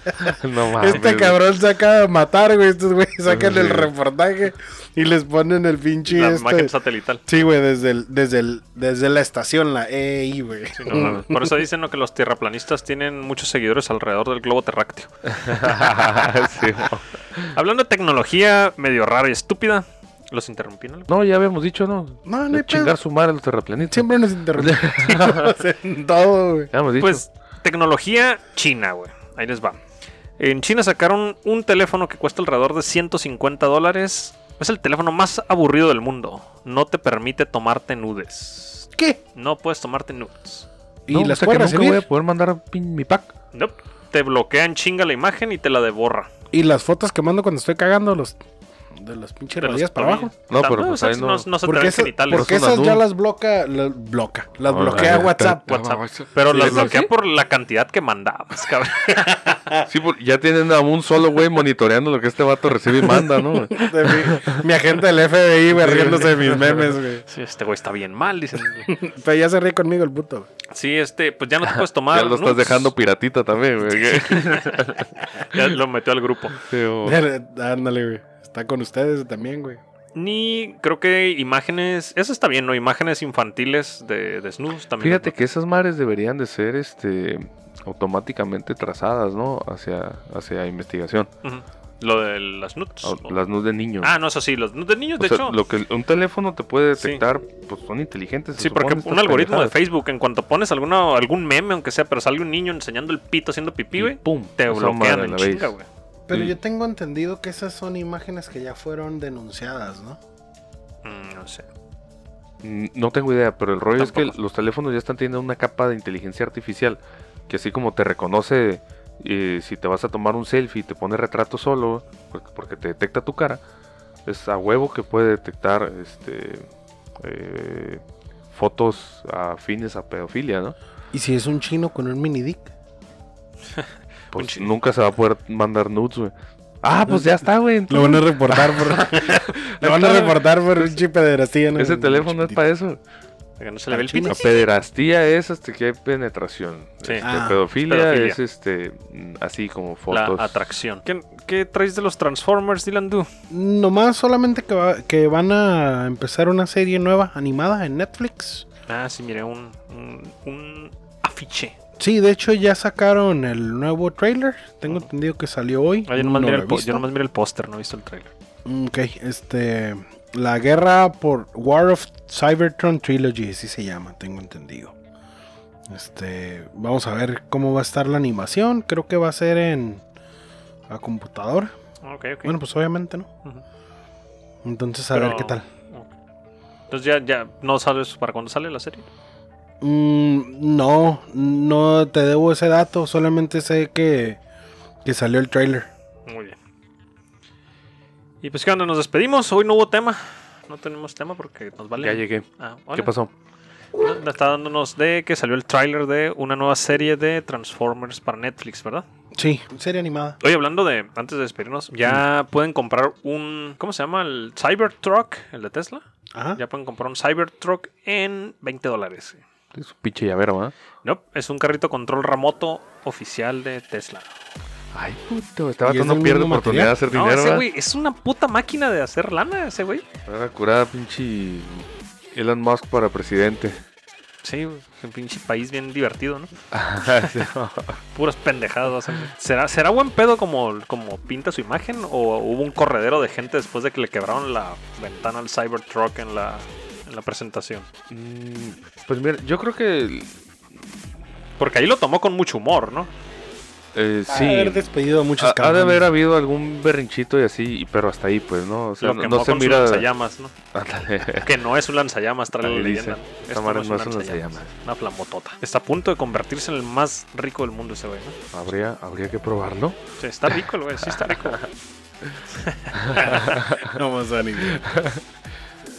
Speaker 5: No mames,
Speaker 4: este
Speaker 5: güey.
Speaker 4: cabrón se acaba de matar, güey. Estos güeyes sacan el
Speaker 5: Sí.
Speaker 4: reportaje y les ponen el pinche.
Speaker 3: la
Speaker 4: este-
Speaker 3: imagen satelital.
Speaker 4: Sí, güey, desde, el, desde, el, desde la estación, la EI, güey.
Speaker 3: Sí, no mames. Por eso dicen ¿no? que los tierraplanistas tienen muchos seguidores alrededor del globo terráqueo.
Speaker 5: Sí, mo-
Speaker 3: Hablando de tecnología medio rara y estúpida, los interrumpí en algo.
Speaker 5: no, ya habíamos dicho, ¿no?
Speaker 4: No, no
Speaker 5: De
Speaker 4: hay pedo.
Speaker 5: chingar su madre a los terraplanistas.
Speaker 4: Siempre nos interrumpimos en todo, güey.
Speaker 5: Ya hemos dicho.
Speaker 3: Pues tecnología china, güey. Ahí les va. En China sacaron un teléfono que cuesta alrededor de 150 dólares. Es el teléfono más aburrido del mundo. No te permite tomarte nudes.
Speaker 4: ¿Qué?
Speaker 3: No puedes tomarte nudes.
Speaker 4: ¿Y
Speaker 5: No, o
Speaker 4: las
Speaker 5: sea que
Speaker 4: puedo
Speaker 5: nunca
Speaker 4: recibir?
Speaker 5: voy a poder mandar a pin- mi pack.
Speaker 3: Nope. Te bloquean chinga la imagen y te la deborra.
Speaker 4: ¿Y las fotos que mando cuando estoy cagando los, de las pinches
Speaker 3: Te los
Speaker 4: rodillas para
Speaker 3: tobillos.
Speaker 4: abajo?
Speaker 5: No,
Speaker 3: Ta-
Speaker 5: pero pues
Speaker 3: o sea,
Speaker 5: ahí no-
Speaker 3: no, no se te
Speaker 4: Porque,
Speaker 3: ven
Speaker 4: esa-
Speaker 3: genitales.
Speaker 4: porque
Speaker 5: Por eso
Speaker 4: esas
Speaker 5: las
Speaker 4: ya
Speaker 5: num-
Speaker 4: las bloca, las bloca, las
Speaker 5: Ahora,
Speaker 4: bloquea
Speaker 5: ya,
Speaker 4: WhatsApp.
Speaker 5: ya,
Speaker 3: WhatsApp. Pero
Speaker 5: Sí,
Speaker 3: las
Speaker 5: Ah, eso
Speaker 3: bloquea
Speaker 5: sí.
Speaker 3: por la cantidad que mandabas, cabrón. Ah.
Speaker 5: Sí, por- ya tienen a un solo güey monitoreando lo que este vato recibe y manda, ¿no?
Speaker 4: De mi, mi agente del FBI, güey, riéndose de mis memes, güey.
Speaker 3: Sí, este güey está bien mal, dicen.
Speaker 4: Pero ya se ríe conmigo el puto, güey.
Speaker 3: Sí, este, pues ya no te puedes tomar.
Speaker 5: Ya lo estás
Speaker 3: nudes.
Speaker 5: dejando piratita también, güey.
Speaker 3: Ya lo metió al grupo.
Speaker 5: Sí, o- Oh.
Speaker 4: Ándale, güey. Está con ustedes también, güey.
Speaker 3: Ni creo que imágenes. Eso está bien, ¿no? Imágenes infantiles de desnudos también.
Speaker 5: Fíjate
Speaker 3: ¿no?
Speaker 5: que esas madres deberían de ser este automáticamente trazadas, ¿no? Hacia, hacia investigación.
Speaker 3: Ujú. Lo de las nuts.
Speaker 5: O-
Speaker 3: ¿no?
Speaker 5: Oh, Las nudes de niños.
Speaker 3: Ah, no, eso sí, los nudes de niños,
Speaker 5: O
Speaker 3: de
Speaker 5: sea,
Speaker 3: hecho.
Speaker 5: lo que un teléfono te puede
Speaker 3: Sí.
Speaker 5: detectar, pues son inteligentes. se
Speaker 3: Sí, porque
Speaker 5: supone, estas
Speaker 3: un algoritmo de
Speaker 5: pendejadas.
Speaker 3: Facebook, en cuanto pones alguna, algún meme, aunque sea, pero sale un niño enseñando el pito haciendo pipí,
Speaker 5: Y
Speaker 3: güey,
Speaker 5: pum,
Speaker 3: te
Speaker 5: esa
Speaker 3: bloquean
Speaker 5: madre
Speaker 3: en
Speaker 5: la
Speaker 3: chinga,
Speaker 5: ves.
Speaker 3: güey.
Speaker 4: Pero
Speaker 5: Sí.
Speaker 4: yo tengo entendido que esas son imágenes que ya fueron denunciadas, ¿no?
Speaker 3: Mm, no sé.
Speaker 5: Mm, No tengo idea, pero el rollo es que
Speaker 3: Tampoco.
Speaker 5: los teléfonos ya están teniendo una capa de inteligencia artificial que así como te reconoce eh, si te vas a tomar un selfie y te pone retrato solo porque, porque te detecta tu cara, es a huevo que puede detectar este eh, fotos afines a pedofilia, ¿no?
Speaker 4: ¿Y si es un chino con un mini dick?
Speaker 3: Un
Speaker 5: Pues
Speaker 3: chi-
Speaker 5: nunca se va a poder mandar nudes, güey. Ah, pues ya está, güey.
Speaker 4: Lo van a reportar por. lo van a reportar por un chip de en
Speaker 5: Ese teléfono es para eso.
Speaker 3: Que no se
Speaker 5: Ah,
Speaker 3: le ve el
Speaker 4: Cachín.
Speaker 3: pito.
Speaker 5: La pederastía es este que hay penetración.
Speaker 3: Sí.
Speaker 5: Este,
Speaker 4: Ah,
Speaker 5: pedofilia,
Speaker 3: pedofilia.
Speaker 5: es este mm, así como
Speaker 3: La
Speaker 5: fotos.
Speaker 3: atracción. ¿Qué, qué traes de los Transformers, Dylan Du?
Speaker 4: Nomás solamente que, va- que van a empezar una serie nueva animada en Netflix.
Speaker 3: Ah, sí, miré un, un, un afiche.
Speaker 4: Sí, de hecho ya sacaron el nuevo trailer. Tengo
Speaker 3: Ajá.
Speaker 4: entendido que salió hoy.
Speaker 3: Ah, yo, nomás
Speaker 4: No
Speaker 3: miré
Speaker 4: lo
Speaker 3: el
Speaker 4: he
Speaker 3: po-
Speaker 4: visto.
Speaker 3: yo nomás miré el póster, no he visto el trailer.
Speaker 4: Ok, este. La guerra por War of Cybertron Trilogy, así se llama, tengo entendido. Este. Vamos a ver cómo va a estar la animación. Creo que va a ser en. A computadora.
Speaker 3: Ok, ok.
Speaker 4: Bueno, pues obviamente no.
Speaker 3: Ujú.
Speaker 4: Entonces a
Speaker 3: Pero-
Speaker 4: ver qué tal.
Speaker 3: ok. Entonces ya, ya no sabes para cuándo sale la serie.
Speaker 4: Mm, no, no te debo ese dato. Solamente sé que. Que salió el trailer.
Speaker 3: Muy bien. Y pues, ¿qué onda? Nos despedimos. Hoy no hubo tema. No tenemos tema porque nos vale.
Speaker 5: Ya llegué.
Speaker 3: Ah, hola.
Speaker 5: ¿Qué pasó?
Speaker 3: No, no, Está dándonos de que salió el tráiler de una nueva serie de Transformers para Netflix, ¿verdad?
Speaker 4: Sí, serie animada.
Speaker 3: Oye, hablando de, antes de despedirnos,
Speaker 4: Mm.
Speaker 3: ya pueden comprar un, ¿cómo se llama? El Cybertruck, el de Tesla.
Speaker 4: Ajá.
Speaker 3: Ya pueden comprar un Cybertruck en 20 dólares.
Speaker 5: Es un pinche llavero, ¿verdad?
Speaker 3: No, es un carrito control remoto oficial de Tesla.
Speaker 5: Ay, puto. Este vato
Speaker 4: es
Speaker 5: no
Speaker 4: del
Speaker 5: pierde
Speaker 4: mismo
Speaker 5: oportunidad de hacer
Speaker 3: No,
Speaker 5: dinero,
Speaker 3: ese
Speaker 5: ¿verdad?
Speaker 3: güey es una puta máquina de hacer lana, ese güey.
Speaker 5: Van a curar a pinche Elon Musk para presidente.
Speaker 3: Sí, güey, un pinche país bien divertido, ¿no?
Speaker 5: Sí, no.
Speaker 3: Puras pendejadas. hacen. ¿Será, ¿Será buen pedo como, como pinta su imagen? ¿O hubo un corredero de gente después de que le quebraron la ventana al Cybertruck en la, en la presentación?
Speaker 5: Mm, pues mira, yo creo que
Speaker 3: Porque ahí lo tomó con mucho humor, ¿no?
Speaker 5: eh,
Speaker 3: Ah,
Speaker 4: Ha de
Speaker 5: sí.
Speaker 4: haber despedido a muchos
Speaker 5: Ha, ha de
Speaker 4: cabrones.
Speaker 5: haber habido algún berrinchito y así, y- pero hasta ahí, pues, ¿no? O sea,
Speaker 3: lo
Speaker 5: no,
Speaker 3: quemó
Speaker 5: no se
Speaker 3: con
Speaker 5: mira.
Speaker 3: su lanzallamas, ¿no?
Speaker 5: Ándale.
Speaker 3: Que no es un lanzallamas, trae la
Speaker 5: Ahí dice,
Speaker 3: leyenda.
Speaker 5: esta
Speaker 3: Esto
Speaker 5: madre no es un lanzallamas.
Speaker 3: Una flamotota. Está a punto de convertirse en el más rico del mundo ese güey, ¿no?
Speaker 5: habría, habría que probarlo.
Speaker 3: O sea, está rico el güey, sí está rico.
Speaker 4: Vamos a animar.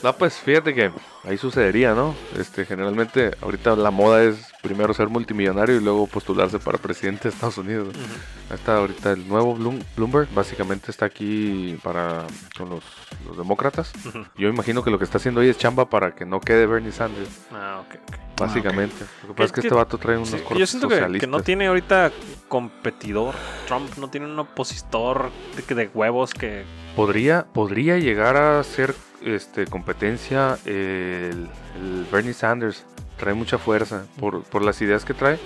Speaker 5: No, pues fíjate que ahí sucedería, ¿no? Este, generalmente ahorita la moda es primero ser multimillonario y luego postularse para presidente de Estados Unidos.
Speaker 3: Ujú.
Speaker 5: Ahí Está ahorita el nuevo Bloom- Bloomberg, básicamente está aquí para con los, los demócratas.
Speaker 3: Ujú.
Speaker 5: Yo imagino que lo que está haciendo hoy es chamba para que no quede Bernie Sanders,
Speaker 3: Ah, ok, ok.
Speaker 5: básicamente. Lo que
Speaker 3: Que-
Speaker 5: pasa es que
Speaker 3: que-
Speaker 5: este vato trae unos
Speaker 3: Sí,
Speaker 5: cortes
Speaker 3: yo siento que- que,
Speaker 5: socialistas.
Speaker 3: no tiene ahorita competidor. Trump no tiene un opositor de, que- de huevos que.
Speaker 5: podría, podría llegar a ser este, competencia el, el Bernie Sanders. Trae mucha fuerza por, por las ideas que trae,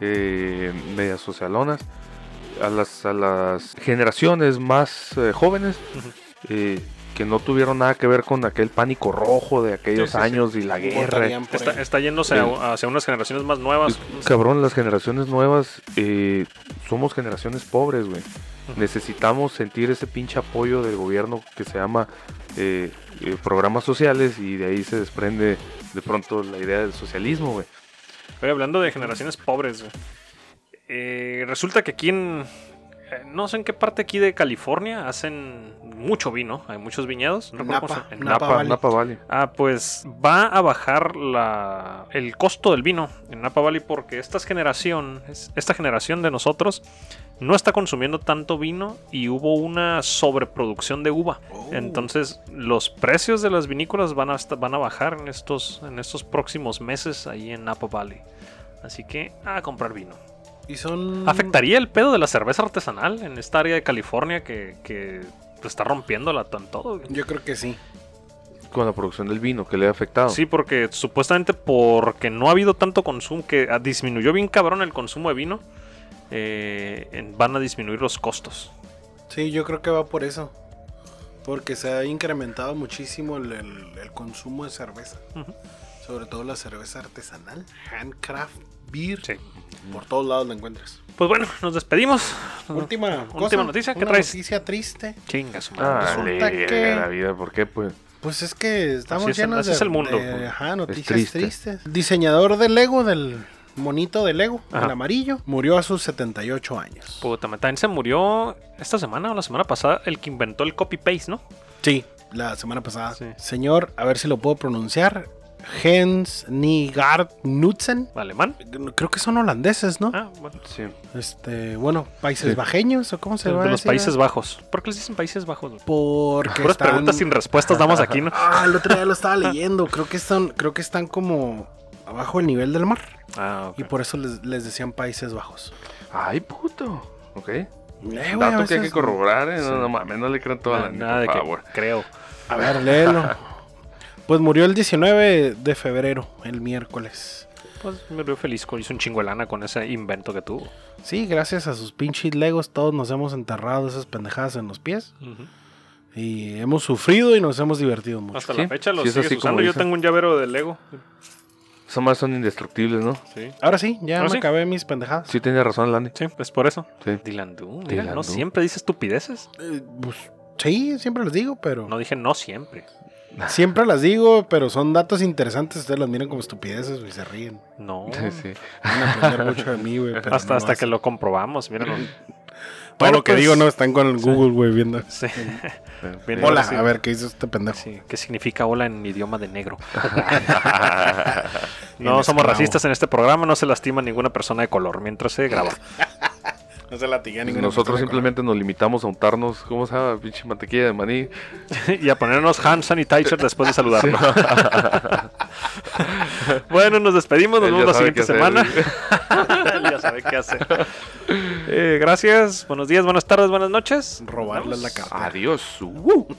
Speaker 5: eh, medias socialonas. A las, a las generaciones más eh, jóvenes
Speaker 3: Ujú.
Speaker 5: eh, que no tuvieron nada que ver con aquel pánico rojo de aquellos
Speaker 3: Sí, sí, sí.
Speaker 5: años y la guerra.
Speaker 4: Votarían por
Speaker 3: Está,
Speaker 4: él.
Speaker 3: está yéndose a-
Speaker 5: Sí.
Speaker 3: hacia unas generaciones más nuevas.
Speaker 5: Cabrón, las generaciones nuevas eh, somos generaciones pobres, güey.
Speaker 3: Ujú.
Speaker 5: Necesitamos sentir ese pinche apoyo del gobierno que se llama eh, eh, programas sociales y de ahí se desprende de pronto la idea del socialismo, güey.
Speaker 3: Oye, hablando de generaciones pobres, güey, eh, resulta que aquí en. eh, No sé en qué parte aquí de California hacen mucho vino, hay muchos viñedos. No recuerdo cómo
Speaker 4: Napa,
Speaker 3: se- en
Speaker 4: Napa
Speaker 5: Napa,
Speaker 4: Valley.
Speaker 5: Napa Valley.
Speaker 3: Ah, pues va a bajar la, el costo del vino en Napa Valley porque esta generación, es- esta generación de nosotros no está consumiendo tanto vino y hubo una sobreproducción de uva.
Speaker 4: Oh.
Speaker 3: Entonces los precios de las vinícolas van a, esta- van a bajar en estos, en estos próximos meses ahí en Napa Valley. Así que a comprar vino.
Speaker 4: Y son. Mm.
Speaker 3: ¿Afectaría el pedo de la cerveza artesanal en esta área de California que, que te está rompiendo la en todo. güey.
Speaker 4: Yo creo que sí.
Speaker 5: Con la producción del vino, que le ha afectado.
Speaker 3: Sí, porque supuestamente porque no ha habido tanto consumo, que ah, disminuyó bien cabrón el consumo de vino, eh, en- van a disminuir los costos.
Speaker 4: Sí, yo creo que va por eso. Porque se ha incrementado muchísimo el, el- el consumo de cerveza.
Speaker 3: Ujú.
Speaker 4: Sobre todo la cerveza artesanal, handcraft, beer.
Speaker 3: Sí.
Speaker 4: Por todos lados la encuentras.
Speaker 3: Pues bueno, nos despedimos.
Speaker 4: Última,
Speaker 3: Última
Speaker 4: cosa,
Speaker 3: noticia, ¿qué
Speaker 4: una
Speaker 3: traes?
Speaker 4: noticia triste.
Speaker 3: Chinga su madre.
Speaker 5: Ah,
Speaker 4: Resulta
Speaker 5: le-
Speaker 4: que-
Speaker 5: la vida, ¿por qué? Pues
Speaker 4: Pues es que estamos
Speaker 3: Así es el-
Speaker 4: llenos
Speaker 3: así
Speaker 4: de,
Speaker 3: es el mundo,
Speaker 4: de-
Speaker 5: pues.
Speaker 4: ajá, noticias
Speaker 5: triste.
Speaker 4: tristes. Diseñador de Lego, del monito de Lego,
Speaker 3: Ajá.
Speaker 4: el amarillo, murió a sus 78 años.
Speaker 3: Puta, madre, también se murió esta semana o la semana pasada el que inventó el copy-paste, ¿no?
Speaker 4: Sí, la semana pasada.
Speaker 3: Sí.
Speaker 4: Señor, a ver si lo puedo pronunciar. Jens Nigard Knudsen.
Speaker 3: Alemán.
Speaker 4: Creo que son holandeses, ¿no?
Speaker 3: Ah, bueno.
Speaker 5: sí.
Speaker 4: Este, bueno, Países
Speaker 5: Sí.
Speaker 4: Bajeños, o cómo se
Speaker 3: de
Speaker 4: llama.
Speaker 3: los Países Bajos. ¿Por qué les dicen Países Bajos? güey?
Speaker 4: Porque
Speaker 3: Puras
Speaker 4: están-
Speaker 3: preguntas sin respuestas damos aquí, ¿no?
Speaker 4: Ah, el otro día lo estaba leyendo. Creo que están, creo que están como abajo del nivel del mar.
Speaker 3: Ah, ok.
Speaker 4: Y por eso les, les decían Países Bajos.
Speaker 5: Ay, puto. Ok.
Speaker 4: Eh, güey, a
Speaker 5: Dato que hay que
Speaker 4: veces-
Speaker 5: corroborar, ¿eh?
Speaker 3: Sí.
Speaker 5: No, no mames, no le crean toda
Speaker 3: Na-
Speaker 5: la neta,
Speaker 3: nada de
Speaker 5: por
Speaker 3: que
Speaker 5: favor.
Speaker 3: creo.
Speaker 4: A ver, léelo. Pues murió el 19 de febrero, el miércoles.
Speaker 3: Pues me veo feliz con hizo un chingo de lana con ese invento que tuvo.
Speaker 4: Sí, gracias a sus pinches legos todos nos hemos enterrado esas pendejadas en los pies y hemos sufrido y nos hemos divertido mucho.
Speaker 3: Hasta
Speaker 5: Sí,
Speaker 3: la fecha lo
Speaker 5: sí, es
Speaker 3: sigues
Speaker 5: así como
Speaker 3: usando. Yo
Speaker 5: dicen.
Speaker 3: tengo un llavero de Lego.
Speaker 5: Son más son indestructibles, ¿no?
Speaker 3: Sí.
Speaker 4: Ahora sí, ya
Speaker 3: Ahora
Speaker 4: me
Speaker 3: sí.
Speaker 4: acabé mis pendejadas.
Speaker 5: Sí, tenía razón, Landy.
Speaker 3: Sí, pues por eso.
Speaker 5: Sí.
Speaker 3: Dylan Doo, mira,
Speaker 5: Dylan
Speaker 3: no
Speaker 5: Doo.
Speaker 3: siempre dice estupideces.
Speaker 4: Eh, pues, sí, siempre les digo, pero
Speaker 3: No dije no siempre.
Speaker 4: siempre las digo, pero son datos interesantes, ustedes las miran como estupideces güey, y se ríen.
Speaker 3: No.
Speaker 5: Sí.
Speaker 4: Van a aprender mucho de mí, güey. pero
Speaker 3: Hasta,
Speaker 4: no
Speaker 3: hasta que
Speaker 4: hacen.
Speaker 3: lo comprobamos, míralo. pues,
Speaker 4: Todo lo que digo no están con el Google, güey, viendo.
Speaker 3: Sí. Bien,
Speaker 4: Hola,
Speaker 3: sí.
Speaker 4: a ver, ¿qué hizo este pendejo?
Speaker 3: Sí, ¿Qué significa hola en idioma de negro?
Speaker 4: En
Speaker 3: No somos
Speaker 4: esclavo.
Speaker 3: racistas en este programa, no se lastima ninguna persona de color mientras se graba.
Speaker 4: No se latigué a ninguna
Speaker 5: Nosotros
Speaker 4: persona
Speaker 5: simplemente nos limitamos a untarnos, ¿cómo se llama? Pinche mantequilla de maní.
Speaker 3: y a ponernos hand sanitizer después de saludarnos. bueno, nos despedimos, nos
Speaker 5: Él
Speaker 3: vemos
Speaker 5: ya
Speaker 3: la
Speaker 5: sabe
Speaker 3: siguiente
Speaker 5: qué hacer.
Speaker 3: semana. Él ya sabe qué hacer. Eh, gracias, buenos días, buenas tardes, buenas noches.
Speaker 4: con- Robarles la cara.
Speaker 5: Adiós. Uh.